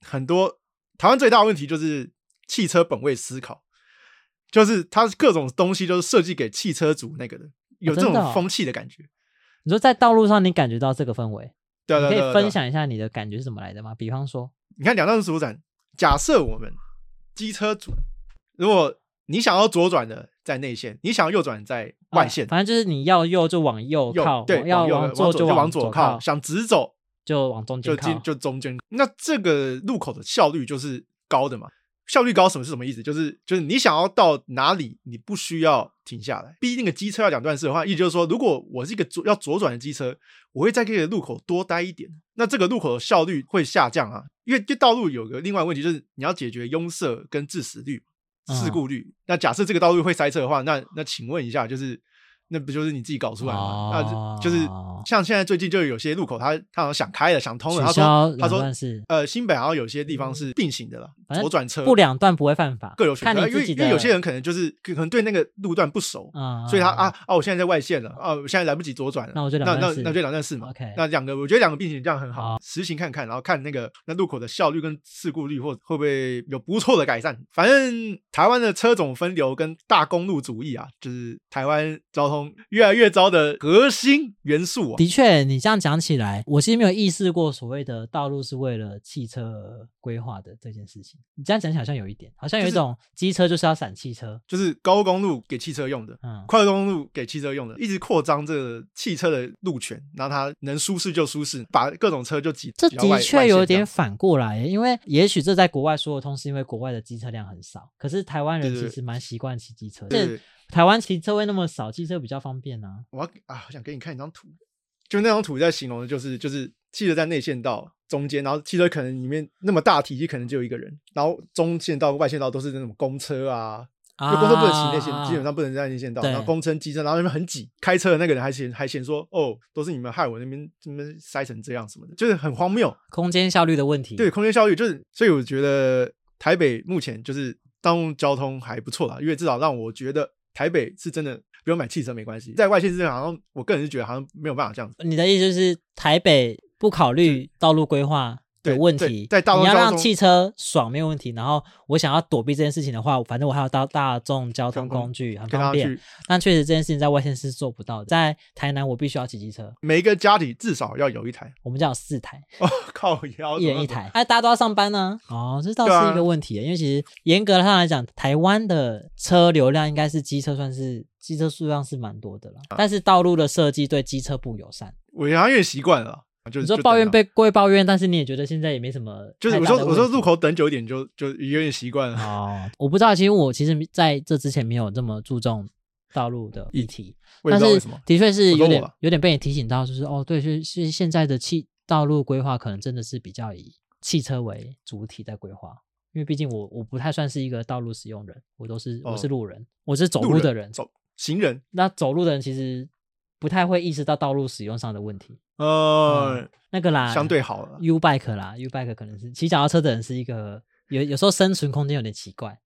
Speaker 1: 很多台湾最大的问题就是汽车本位思考，就是它各种东西都是设计给汽车族那个的，有这
Speaker 2: 真的
Speaker 1: 种
Speaker 2: 哦
Speaker 1: 风气的感觉。
Speaker 2: 你说在道路上你感觉到这个氛围，
Speaker 1: 对啊对啊
Speaker 2: 你
Speaker 1: 对啊
Speaker 2: 可以
Speaker 1: 对啊
Speaker 2: 分享一下你的感觉是怎么来的吗？比方说，
Speaker 1: 你看两段左转，假设我们机车主，如果你想要左转的在内线，你想要右转在外线，
Speaker 2: 啊反正就是你要右就往右
Speaker 1: 右
Speaker 2: 靠，
Speaker 1: 对
Speaker 2: 要
Speaker 1: 右
Speaker 2: 往
Speaker 1: 左
Speaker 2: 就
Speaker 1: 就往
Speaker 2: 左
Speaker 1: 左靠，想直走
Speaker 2: 就往中
Speaker 1: 就
Speaker 2: 间靠
Speaker 1: 进。就中间。那这个路口的效率就是高的嘛？效率高什么是什么意思？就是就是你想要到哪里，你不需要停下来。毕竟那个机车要两段式的话，意思就是说，如果我是一个左要左转的机车，我会在这个路口多待一点，那这个路口的效率会下降啊。因为这道路有个另外问题，就是你要解决拥塞跟致死率、事
Speaker 2: 嗯
Speaker 1: 故率。那假设这个道路会塞车的话，那那请问一下，就是那不就是你自己搞出来吗？
Speaker 2: 哦
Speaker 1: 那就就是像现在最近就有些路口它，他好像想开了，想通哦了，他
Speaker 2: 取消
Speaker 1: 说他
Speaker 2: 两
Speaker 1: 说
Speaker 2: 段是
Speaker 1: 呃新北好像有些地方是并行的啦，
Speaker 2: 嗯反正
Speaker 1: 左转车
Speaker 2: 不两段不会犯法，
Speaker 1: 各有选
Speaker 2: 看
Speaker 1: 择，啊
Speaker 2: 你
Speaker 1: 因为
Speaker 2: 自己
Speaker 1: 因
Speaker 2: 的。
Speaker 1: 为有些人可能就是可能对那个路段不熟，
Speaker 2: 啊，
Speaker 1: 所以他啊啊，我现在在外线了，啊，我现在来不及左转了，
Speaker 2: 那我就两
Speaker 1: 那
Speaker 2: 段
Speaker 1: 那
Speaker 2: 式
Speaker 1: 那就两段式嘛。
Speaker 2: OK
Speaker 1: 那两个我觉得两个并行这样很好，实行看看，然后看那个那路口的效率跟事故率或会不会有不错的改善。反正台湾的车种分流跟大公路主义啊，就是台湾交通越来越糟的核心元素啊。
Speaker 2: 的确，你这样讲起来，我其实没有意识过所谓的道路是为了汽车规划的这件事情。你这样讲起来好像有一点，好像有一
Speaker 1: 就是
Speaker 2: 种机车就是要闪汽车，
Speaker 1: 就是高公路给汽车用的，
Speaker 2: 嗯，
Speaker 1: 快速公路给汽车用的，一直扩张这个汽车的路权，让它能舒适就舒适，把各种车就挤。
Speaker 2: 这
Speaker 1: 挤到外
Speaker 2: 的确
Speaker 1: 外
Speaker 2: 有
Speaker 1: 线这样
Speaker 2: 点反过来耶，因为也许这在国外说得通，是因为国外的机车量很少，可是台湾人
Speaker 1: 对对
Speaker 2: 其
Speaker 1: 对
Speaker 2: 实蛮习惯骑机车，
Speaker 1: 对对
Speaker 2: 是
Speaker 1: 对
Speaker 2: 台湾骑车位那么少，机车比较方便啊。
Speaker 1: 我要给啊，我想给你看一张图，就那张图在形容的就是就是汽车在内线道中间，然后汽车可能里面那么大体积可能只有一个人，然后中线道、外线道都是那种公车啊，因为公车不能骑内
Speaker 2: 啊
Speaker 1: 线，基本上不能在内线道，
Speaker 2: 对
Speaker 1: 然后公车、机车，然后那边很挤，开车的那个人还嫌还嫌说哦，都是你们害我那边这边塞成这样什么的，就是很荒谬。
Speaker 2: 空间效率的问题。
Speaker 1: 对，空间效率就是，所以我觉得台北目前就是道路交通还不错啦，因为至少让我觉得台北是真的不用买汽车没关系，在外县市好像我个人是觉得好像没有办法这样子。
Speaker 2: 你的意思就是台北不考虑道路规划的
Speaker 1: 对
Speaker 2: 问
Speaker 1: 对
Speaker 2: 题，
Speaker 1: 在大
Speaker 2: 你
Speaker 1: 众
Speaker 2: 要
Speaker 1: 交
Speaker 2: 让
Speaker 1: 通
Speaker 2: 汽车爽没有问题，然后我想要躲避这件事情的话，反正我还有搭大众交
Speaker 1: 交通
Speaker 2: 通工具，很
Speaker 1: 跟
Speaker 2: 方
Speaker 1: 他
Speaker 2: 便
Speaker 1: 去。，
Speaker 2: 但确实这件事情在外县是做不到的，在台南我必须要骑机车，
Speaker 1: 每一个家里至少要有一台。
Speaker 2: 我们家有四台，
Speaker 1: 哦，靠腰，
Speaker 2: 一人一台，哎，大家都要上班呢、哦，这倒
Speaker 1: 对啊
Speaker 2: 是一个问题，因为其实严格上来讲，台湾的车流量应该是机车算是机车数量是蛮多的了，
Speaker 1: 啊
Speaker 2: 但是道路的设计对机车不友善。
Speaker 1: 我好像越习惯了。就
Speaker 2: 你
Speaker 1: 是
Speaker 2: 说
Speaker 1: 就
Speaker 2: 抱
Speaker 1: 等
Speaker 2: 怨
Speaker 1: 啊
Speaker 2: 被归抱怨，但是你也觉得现在也没什么
Speaker 1: 就是
Speaker 2: 太
Speaker 1: 我
Speaker 2: 大
Speaker 1: 说
Speaker 2: 的
Speaker 1: 我说
Speaker 2: 问题
Speaker 1: 路口等久一点就就有点习惯了。
Speaker 2: 哦，我不知道，其实我其实在这之前没有这么注重道路的议题，
Speaker 1: 我也
Speaker 2: 但
Speaker 1: 不知道为
Speaker 2: 是
Speaker 1: 什么。
Speaker 2: 的确是
Speaker 1: 我
Speaker 2: 有
Speaker 1: 说
Speaker 2: 点
Speaker 1: 我啊
Speaker 2: 有点被你提醒到，就是哦，对，是是现在的汽道路规划可能真的是比较以汽车为主体在规划，因为毕竟我我不太算是一个道路使用人，我都是我
Speaker 1: 哦
Speaker 2: 是路人，我是走
Speaker 1: 路
Speaker 2: 路的
Speaker 1: 人
Speaker 2: 人，
Speaker 1: 走行人，
Speaker 2: 那走路的人其实不太会意识到道路使用上的问题，
Speaker 1: 呃，
Speaker 2: 那个啦，
Speaker 1: 相对好了。
Speaker 2: U bike 啦，U bike 可能是骑脚踏车的人是一个有有时候生存空间有点奇怪。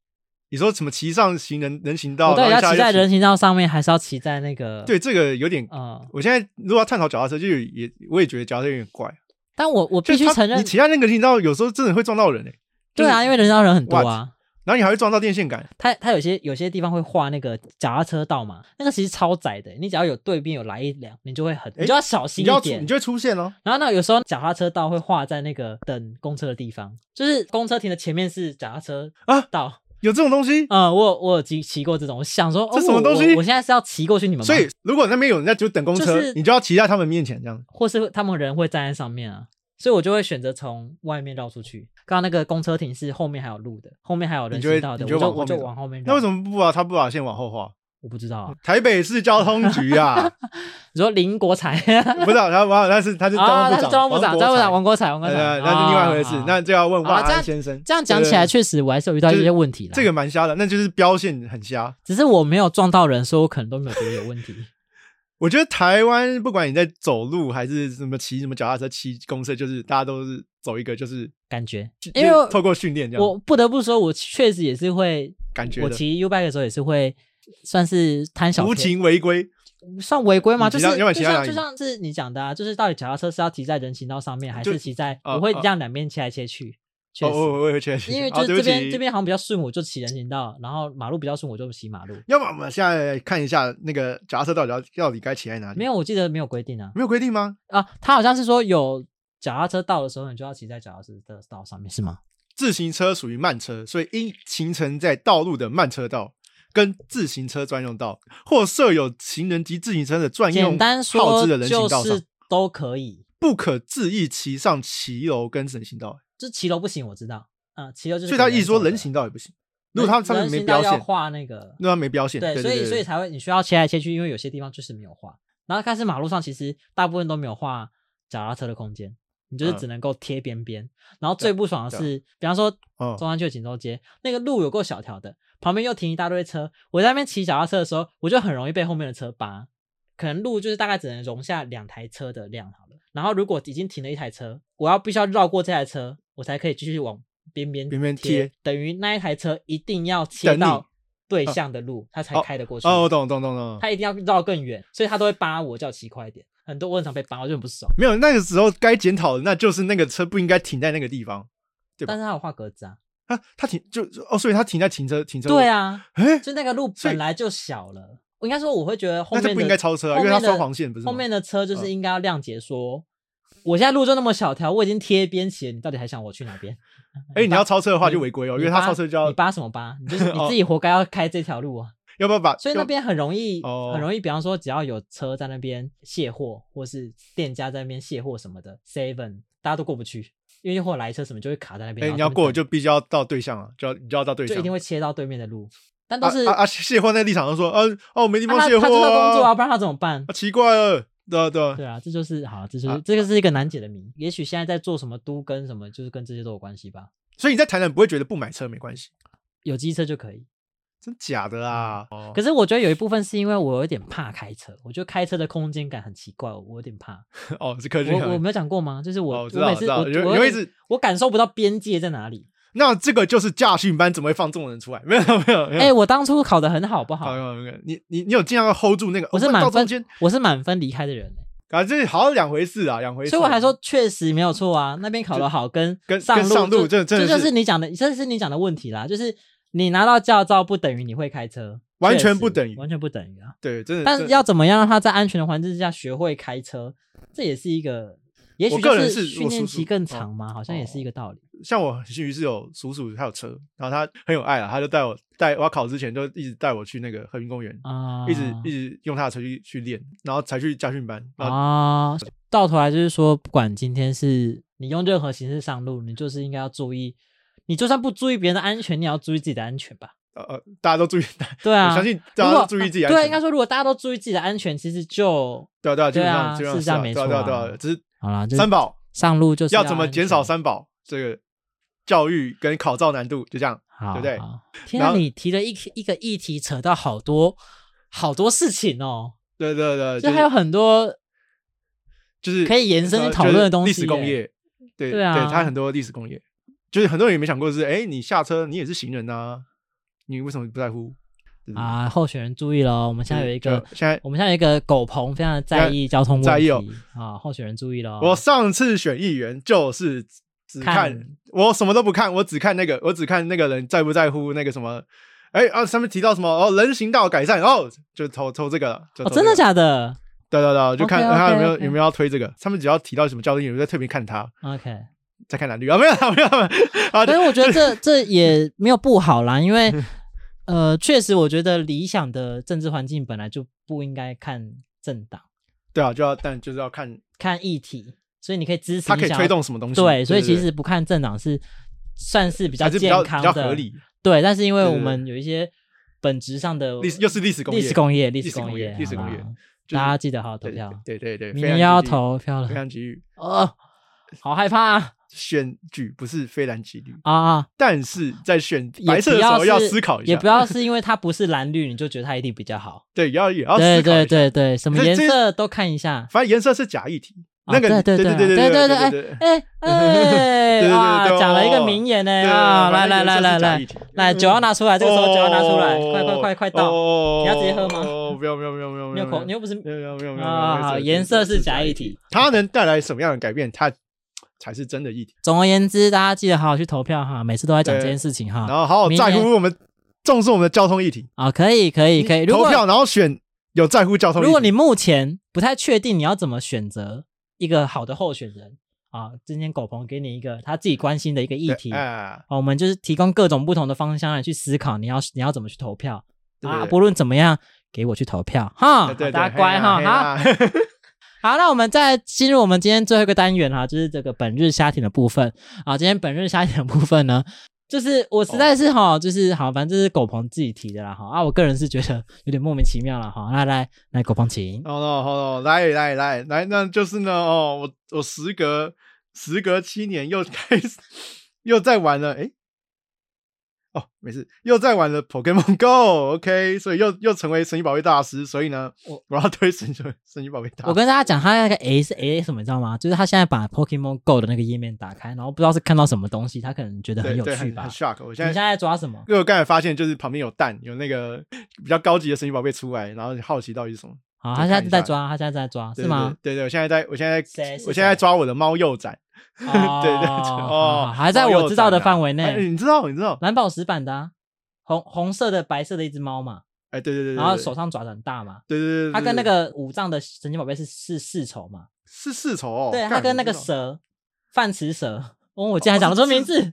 Speaker 1: 你说什么骑上行人人行道，
Speaker 2: 我到底
Speaker 1: 然后下
Speaker 2: 要骑
Speaker 1: 一个
Speaker 2: 在人行道上面，还是要骑在那个？
Speaker 1: 对，这个有点，
Speaker 2: 嗯，
Speaker 1: 我现在如果要探讨脚踏车，就有也我也觉得脚踏车有点怪。
Speaker 2: 但我我
Speaker 1: 就
Speaker 2: 必须
Speaker 1: 它
Speaker 2: 承认
Speaker 1: 你，骑在那个行道，有时候真的会撞到人诶、
Speaker 2: 对啊，因为人潮人很多
Speaker 1: What？
Speaker 2: 啊。
Speaker 1: 然后你还会撞到电线杆，
Speaker 2: 它它有些有些地方会画那个脚踏车道嘛，那个其实超窄的，你只要有对面有来一辆，你就会很，
Speaker 1: 诶
Speaker 2: 你就要小
Speaker 1: 你
Speaker 2: 心
Speaker 1: 就要
Speaker 2: 一
Speaker 1: 出
Speaker 2: 点
Speaker 1: 你。就会出现哦。
Speaker 2: 然后呢，有时候脚踏车道会画在那个等公车的地方，就是公车停的前面是脚踏车
Speaker 1: 啊
Speaker 2: 道。
Speaker 1: 有这种东西，
Speaker 2: 嗯，我有我有骑骑过这种，我想说，哦
Speaker 1: 这什么
Speaker 2: 我
Speaker 1: 东西
Speaker 2: 我我现在是要骑过去你们吗？
Speaker 1: 所以如果那边有人在就等公车，
Speaker 2: 就是
Speaker 1: 你就要骑在他们面前这样。
Speaker 2: 或是他们人会站在上面啊，所以我就会选择从外面绕出去。刚刚那个公车亭是后面还有路的，后面还有人
Speaker 1: 你就会
Speaker 2: 行道的，
Speaker 1: 你就
Speaker 2: 我就
Speaker 1: 往后
Speaker 2: 我就
Speaker 1: 面
Speaker 2: 往后面绕。
Speaker 1: 那为什么嗯不啊把他不把线往后画？
Speaker 2: 我不知道啊。
Speaker 1: 台北市交通局 啊，
Speaker 2: 你说林国才
Speaker 1: 不 是啊他王，他是他是交
Speaker 2: 啊，
Speaker 1: 通
Speaker 2: 他
Speaker 1: 部长，
Speaker 2: 是交通部长，交通部长
Speaker 1: 王
Speaker 2: 王国才，王
Speaker 1: 国
Speaker 2: 国
Speaker 1: 才，
Speaker 2: 才，
Speaker 1: 呃那是另外一回
Speaker 2: 啊
Speaker 1: 事
Speaker 2: 啊。
Speaker 1: 那就要问
Speaker 2: 啊
Speaker 1: 万
Speaker 2: 这样
Speaker 1: 安先生。
Speaker 2: 这样讲起来，
Speaker 1: 对，
Speaker 2: 确实我还是有遇到一些问题啦。
Speaker 1: 这个蛮瞎的，那就是标线很瞎。
Speaker 2: 只是我没有撞到人，所以我可能都没有觉得有问题。
Speaker 1: 我觉得台湾不管你在走路还是什么骑什么脚踏车、骑公车，就是大家都是走一个就是，
Speaker 2: 感 觉
Speaker 1: 就
Speaker 2: 因为
Speaker 1: 就是透过训练这样
Speaker 2: 我不得不说，我确实也是会
Speaker 1: 感觉
Speaker 2: 我
Speaker 1: 的
Speaker 2: 骑 U bike 的时候也是会算是贪小
Speaker 1: 无
Speaker 2: 便宜，
Speaker 1: 情违规。
Speaker 2: 算违规吗？
Speaker 1: 你
Speaker 2: 就
Speaker 1: 骑
Speaker 2: 是
Speaker 1: 到要不然骑
Speaker 2: 就
Speaker 1: 到
Speaker 2: 像
Speaker 1: 哪里
Speaker 2: 就像是你讲的啊，就是到底脚踏车是要骑在人行道上面，还
Speaker 1: 就是
Speaker 2: 骑在？
Speaker 1: 啊
Speaker 2: 我会
Speaker 1: 啊
Speaker 2: 让两边切来切去，确
Speaker 1: 哦，
Speaker 2: 实，
Speaker 1: 我我也确实，
Speaker 2: 因为
Speaker 1: 啊
Speaker 2: 就是
Speaker 1: 对不
Speaker 2: 这边
Speaker 1: 起
Speaker 2: 这边好像比较顺，我就骑人行道，然后马路比较顺，我就骑马路。
Speaker 1: 要么我们现在看一下那个脚踏车到底要到底该骑在哪里？
Speaker 2: 没有，我记得没有规定啊
Speaker 1: 没有规定吗？
Speaker 2: 啊，他好像是说有脚踏车道的时候，你就要骑在脚踏车的道上面，是吗？
Speaker 1: 自行车属于慢车，所以应形成在道路的慢车道跟自行车专用道，或设有行人及自行车的专
Speaker 2: 简
Speaker 1: 用
Speaker 2: 单
Speaker 1: 号
Speaker 2: 说
Speaker 1: 志的人行
Speaker 2: 就
Speaker 1: 道上，
Speaker 2: 是都可以，
Speaker 1: 不可恣意骑上骑楼跟人行道。
Speaker 2: 就骑楼不行，我知道，嗯，骑楼就是
Speaker 1: 所
Speaker 2: 给
Speaker 1: 以
Speaker 2: 走的。
Speaker 1: 他一直说人行道也不行，如果他上面
Speaker 2: 人
Speaker 1: 没
Speaker 2: 行道
Speaker 1: 标
Speaker 2: 要
Speaker 1: 线，
Speaker 2: 画那个，
Speaker 1: 那他没标线，
Speaker 2: 对，
Speaker 1: 对
Speaker 2: 所以
Speaker 1: 对
Speaker 2: 所以才会你需要切来切去，因为有些地方就是没有画。然后但是马路上其实大部分都没有画脚踏车的空间，你就是
Speaker 1: 嗯
Speaker 2: 只能够贴边边。然后最不爽的
Speaker 1: 对啊
Speaker 2: 是，比方说
Speaker 1: 哦
Speaker 2: 中山区的锦州街那个路有够小条的，旁边又停一大堆车，我在那边骑脚踏车的时候，我就很容易被后面的车扒。可能路就是大概只能容下两台车的量好了。然后如果已经停了一台车，我要必须要绕过这台车，我才可以继续往边边
Speaker 1: 边边贴
Speaker 2: 贴，等于那一台车一定要切
Speaker 1: 等你
Speaker 2: 到对向的路，它才开得过去。
Speaker 1: 嗯哦，我懂懂懂懂。
Speaker 2: 他一定要绕更远，所以他都会扒我，叫我骑快一点。很多我很常被扒，我就很不爽。
Speaker 1: 没有，那个时候该检讨的，那就是那个车不应该停在那个地方。对吧
Speaker 2: 但是他有画格子啊，
Speaker 1: 他他停就哦，所以他停在停车停车。
Speaker 2: 对，啊，
Speaker 1: 哎，
Speaker 2: 就那个路
Speaker 1: 所以
Speaker 2: 本来就小了。我应该说，我会觉得后
Speaker 1: 那
Speaker 2: 面
Speaker 1: 就
Speaker 2: 的
Speaker 1: 不应该超车啊，
Speaker 2: 后
Speaker 1: 因为
Speaker 2: 面
Speaker 1: 他
Speaker 2: 的
Speaker 1: 双黄线不是吗
Speaker 2: 后面的车就是
Speaker 1: 嗯
Speaker 2: 应该要谅解说，我现在路就那么小条，我已经贴边骑了，你到底还想我去哪边？
Speaker 1: 哎，你要超车的话
Speaker 2: 你
Speaker 1: 就违规哦，
Speaker 2: 你
Speaker 1: 因为他
Speaker 2: 扒
Speaker 1: 超车就要
Speaker 2: 你扒什么扒？你就是你
Speaker 1: 哦
Speaker 2: 自己活该要开这条路啊。
Speaker 1: 要不要把？
Speaker 2: 所以那边很容易，
Speaker 1: 哦
Speaker 2: 很容易，比方说只要有车在那边卸货，或是店家在那边卸货什么的，seven 大家都过不去，因为或来车什么就会卡在那边。
Speaker 1: 哎，
Speaker 2: 然后
Speaker 1: 你要
Speaker 2: 他们
Speaker 1: 过
Speaker 2: 等
Speaker 1: 就必须要到对象啊，就要你就要到对
Speaker 2: 就
Speaker 1: 象
Speaker 2: 一。定会切到对面的路，但
Speaker 1: 啊
Speaker 2: 都是
Speaker 1: 啊啊！卸货那立场上说，啊哦，没地方
Speaker 2: 啊他
Speaker 1: 卸
Speaker 2: 他
Speaker 1: 货哦
Speaker 2: 真的工作啊，，不然他怎么办
Speaker 1: 啊？奇怪了，对啊对啊
Speaker 2: 对啊，这就是好，这就是、
Speaker 1: 啊
Speaker 2: 这个是一个难解的谜。也许现在在做什么都跟什么，就是跟这些都有关系吧。
Speaker 1: 所以你在台南不会觉得不买车没关系，
Speaker 2: 有机车就可以，
Speaker 1: 真假的啊？哦
Speaker 2: 可是我觉得有一部分是因为我有点怕开车，我觉得开车的空间感很奇怪，我有点怕。
Speaker 1: 哦，是科学
Speaker 2: 我我没有讲过吗？就是我、
Speaker 1: 哦我知道
Speaker 2: 每次
Speaker 1: 我
Speaker 2: 我
Speaker 1: 知道有
Speaker 2: 我
Speaker 1: 有
Speaker 2: 有
Speaker 1: 一
Speaker 2: 点
Speaker 1: 次
Speaker 2: 我感受不到边界在哪 里。
Speaker 1: 那这个就是驾训班怎么会放这种人出来？ 没有没有没有，
Speaker 2: 哎、我当初考的很好，不好
Speaker 1: 嗯好，？没有没有你你你有尽量 hold 住那个，
Speaker 2: 我是
Speaker 1: 哦
Speaker 2: 满
Speaker 1: 到中
Speaker 2: 分
Speaker 1: 间，，
Speaker 2: 我是满分离开的人、欸
Speaker 1: 啊，这好像两回事啊，两回事。
Speaker 2: 所以我还说确实没有错啊，那边考得好跟
Speaker 1: 跟
Speaker 2: 上
Speaker 1: 跟上路
Speaker 2: 就
Speaker 1: 这真的
Speaker 2: 这就是是你讲的，这是你讲的问题啦，就是你拿到驾照不等于你会开车，
Speaker 1: 完
Speaker 2: 确
Speaker 1: 全
Speaker 2: 实
Speaker 1: 不等于
Speaker 2: 完全不等于啊。
Speaker 1: 对，真的，
Speaker 2: 但
Speaker 1: 真
Speaker 2: 是
Speaker 1: 的
Speaker 2: 要怎么样让他在安全的环境之下学会开车，这也是一个，也许
Speaker 1: 我个人
Speaker 2: 就是训
Speaker 1: 我
Speaker 2: 练
Speaker 1: 叔叔
Speaker 2: 期更
Speaker 1: 哦
Speaker 2: 长嘛，好像也是一个道理。
Speaker 1: 像我其实有叔叔，他有车，然后他很有爱啊，他就带我带我要考之前就一直带我去那个和平公园，
Speaker 2: 啊、
Speaker 1: 一直一直用他的车去去练，然后才去驾训班。然后
Speaker 2: 啊，到头来就是说，不管今天是你用任何形式上路，你就是应该要注意，你就算不注意别人的安全，你也要注意自己的安全吧。
Speaker 1: 呃呃，大家都注意，
Speaker 2: 对啊，
Speaker 1: 我相信
Speaker 2: 如
Speaker 1: 大家
Speaker 2: 果
Speaker 1: 都注意自己安
Speaker 2: 对啊，
Speaker 1: 全。
Speaker 2: 应该说如果大家都注意自己的安全，其实就
Speaker 1: 对啊对啊，基
Speaker 2: 对
Speaker 1: 本
Speaker 2: 啊
Speaker 1: 上基本上
Speaker 2: 是这样
Speaker 1: 啊
Speaker 2: 没
Speaker 1: 对啊
Speaker 2: 错
Speaker 1: 对啊对
Speaker 2: 啊
Speaker 1: 啊，只是
Speaker 2: 好啦，就是
Speaker 1: 三宝
Speaker 2: 上路啊就是
Speaker 1: 要怎么
Speaker 2: 安
Speaker 1: 减少
Speaker 2: 全
Speaker 1: 三宝这个教育跟考照难度，就这样。
Speaker 2: 好，
Speaker 1: 对不对
Speaker 2: 好？天啊，
Speaker 1: 然后
Speaker 2: 你提了一一个议题，扯到好多好多事情哦，
Speaker 1: 对对对，
Speaker 2: 就是还有很多
Speaker 1: 就是呃
Speaker 2: 可以延伸去讨论的东西
Speaker 1: 就是历史工业，对
Speaker 2: 对啊
Speaker 1: 它很多历史工业，就是很多人也没想过是，哎，你下车你也是行人呐，你为什么不在乎？对不对，
Speaker 2: 啊，候选人注意喽，我们现在有一个
Speaker 1: 嗯就，现在
Speaker 2: 我们现在有一个狗棚非常的在意交通问题
Speaker 1: 在意哦
Speaker 2: 啊，候选人注意喽，
Speaker 1: 我上次选议员就是。只看我什么都不看，我只看那个，我只看那个人在不在乎那个什么。哎啊，上面提到什么哦，人行道改善哦，就投投这个了。就
Speaker 2: 哦，
Speaker 1: 投这
Speaker 2: 真
Speaker 1: 个
Speaker 2: 的假的
Speaker 1: 对对对，就看
Speaker 2: OK，OK，
Speaker 1: 他有没有
Speaker 2: OK
Speaker 1: 有没有要推这个。他们只要提到什么教练，有没有在特别看他，
Speaker 2: ？OK，
Speaker 1: 在看蓝绿啊？没有啦没有啦没有啦啊，
Speaker 2: 所以我觉 得这这也没有不好啦，因为呃，确实我觉得理想的政治环境本来就不应该看政党，
Speaker 1: 对啊，就要但就是要看
Speaker 2: 看议题，所以你可以支持
Speaker 1: 他
Speaker 2: 你
Speaker 1: 可以
Speaker 2: 想
Speaker 1: 推
Speaker 2: 要
Speaker 1: 动什么东西。
Speaker 2: 对，所以其
Speaker 1: 对
Speaker 2: 实不看政党是算是比较
Speaker 1: 还是比较
Speaker 2: 健
Speaker 1: 比
Speaker 2: 康
Speaker 1: 较
Speaker 2: 的，
Speaker 1: 合理，
Speaker 2: 对，但是因为
Speaker 1: 对
Speaker 2: 我
Speaker 1: 对
Speaker 2: 们有一些本质上的
Speaker 1: 历史又是历史工业，
Speaker 2: 历史工业、历
Speaker 1: 历史工
Speaker 2: 工
Speaker 1: 业
Speaker 2: 业、
Speaker 1: 历史工业
Speaker 2: 好不好
Speaker 1: 就是
Speaker 2: 大家记得好好投
Speaker 1: 对
Speaker 2: 票，
Speaker 1: 对对对，
Speaker 2: 明
Speaker 1: 非常
Speaker 2: 天要
Speaker 1: 极力
Speaker 2: 投票了
Speaker 1: 非，常急于
Speaker 2: 哦，好害怕啊
Speaker 1: 选举不是非蓝即绿，
Speaker 2: 啊啊！也
Speaker 1: 但是在选
Speaker 2: 不
Speaker 1: 白色的时候
Speaker 2: 是
Speaker 1: 要思考一下，
Speaker 2: 也不要是因为它不是蓝绿，你就觉得它一定比较好。
Speaker 1: 对，也要也 要
Speaker 2: 对
Speaker 1: 思考一
Speaker 2: 对
Speaker 1: 下
Speaker 2: 对，对，什么
Speaker 1: 这
Speaker 2: 颜
Speaker 1: 这
Speaker 2: 色都看 一下。
Speaker 1: 反正颜色是假议题，
Speaker 2: 啊
Speaker 1: 那个
Speaker 2: 对
Speaker 1: 对
Speaker 2: 对
Speaker 1: 对
Speaker 2: 对
Speaker 1: 对
Speaker 2: 对
Speaker 1: 对对。
Speaker 2: 哎
Speaker 1: 对对
Speaker 2: 哎
Speaker 1: 对
Speaker 2: 哇，
Speaker 1: 对
Speaker 2: 讲了一个
Speaker 1: 哦
Speaker 2: 名言呢
Speaker 1: 对
Speaker 2: 啊！来
Speaker 1: 反正
Speaker 2: 来
Speaker 1: 颜色是
Speaker 2: 来来
Speaker 1: 假
Speaker 2: 来
Speaker 1: 议题
Speaker 2: 来，酒要拿出来，这个时候酒要拿出来，快快快快倒！
Speaker 1: 哦嗯
Speaker 2: 你要直接喝吗
Speaker 1: 哦，不要不要不要不要不
Speaker 2: 你
Speaker 1: 要
Speaker 2: 有
Speaker 1: 不
Speaker 2: 口，
Speaker 1: 要！
Speaker 2: 你又不是
Speaker 1: 没有没有没有没有
Speaker 2: 啊好颜色是假议题，
Speaker 1: 它能带来什么样的改变，它才是真的议题。
Speaker 2: 总而言之，大家记得好好去投票哈，每次都在讲这件事情
Speaker 1: 然
Speaker 2: 哈。
Speaker 1: 后好好在
Speaker 2: 明
Speaker 1: 乎我们重视我们的交通议题，
Speaker 2: 啊，可以可以可以，如
Speaker 1: 投
Speaker 2: 果
Speaker 1: 票然后选有在乎交通议题。
Speaker 2: 如果你目前不太确定你要怎么选择一个好的候选人啊，今天狗鹏给你一个他自己关心的一个议
Speaker 1: 对
Speaker 2: 题，
Speaker 1: 哎，
Speaker 2: 啊我们就是提供各种不同的方向让你去思考，你要你要怎么去投票
Speaker 1: 对
Speaker 2: 啊？
Speaker 1: 对对
Speaker 2: 不论怎么样，给我去投票哈，
Speaker 1: 对对，
Speaker 2: 大家乖哈，好。
Speaker 1: 好，嘿啦
Speaker 2: 好，那我们再进入我们今天最后一个单元哈、就是这个本日瞎点的部分啊。今天本日瞎点的部分呢，就是我
Speaker 1: 哦
Speaker 2: 实在是哈、就是好，反正这是狗鹏自己提的啦哈啊，我个人是觉得有点莫名其妙了哈。来来来，狗鹏请。
Speaker 1: 好了好了，来来来来，那就是呢哦，我我时隔时隔七年又开始又在玩了，诶，哦，没事，又在玩了 Pokemon Go，OK，、所以又又成为神奇宝贝大师，所以呢，我我要推神奇 神奇宝贝大
Speaker 2: 我
Speaker 1: 师，
Speaker 2: 跟大家讲，他那个 A 是 A 什么，你知道吗？就是他现在把 Pokemon Go 的那个页面打开，然后不知道是看到什么东西，他可能觉得很
Speaker 1: 对
Speaker 2: 有
Speaker 1: 对
Speaker 2: 趣
Speaker 1: 很
Speaker 2: 吧
Speaker 1: 很。shock，我
Speaker 2: 你现
Speaker 1: 现
Speaker 2: 在
Speaker 1: 在。
Speaker 2: 在抓什么？
Speaker 1: 因为我刚才发现，就是旁边有蛋，有那个比较高级的神奇宝贝出来，然后好奇到底是什么，
Speaker 2: 好，
Speaker 1: 就
Speaker 2: 他现在
Speaker 1: 看一
Speaker 2: 在
Speaker 1: 下
Speaker 2: 抓，他现在在抓，
Speaker 1: 对
Speaker 2: 是吗？？
Speaker 1: 对对对，我现在在，我现在在
Speaker 2: 谁是
Speaker 1: 我现在在
Speaker 2: 谁
Speaker 1: 抓我的猫幼崽，
Speaker 2: 对
Speaker 1: 对对对
Speaker 2: 哦
Speaker 1: 哦，
Speaker 2: 还在我知道的范围
Speaker 1: 哎
Speaker 2: 内。
Speaker 1: 你知道，你知道，
Speaker 2: 蓝宝石版的、啊，红红色的、白色的一只猫嘛，
Speaker 1: 哎，对对对，对
Speaker 2: 然后
Speaker 1: 对
Speaker 2: 手上爪子很大嘛，
Speaker 1: 对对对，
Speaker 2: 它跟那
Speaker 1: 对
Speaker 2: 个五藏的神奇宝贝是是世仇嘛，
Speaker 1: 是世仇哦，
Speaker 2: 对，
Speaker 1: 干
Speaker 2: 它跟那个
Speaker 1: 我不知道
Speaker 2: 蛇饭食蛇，哦，我竟然讲得出名字，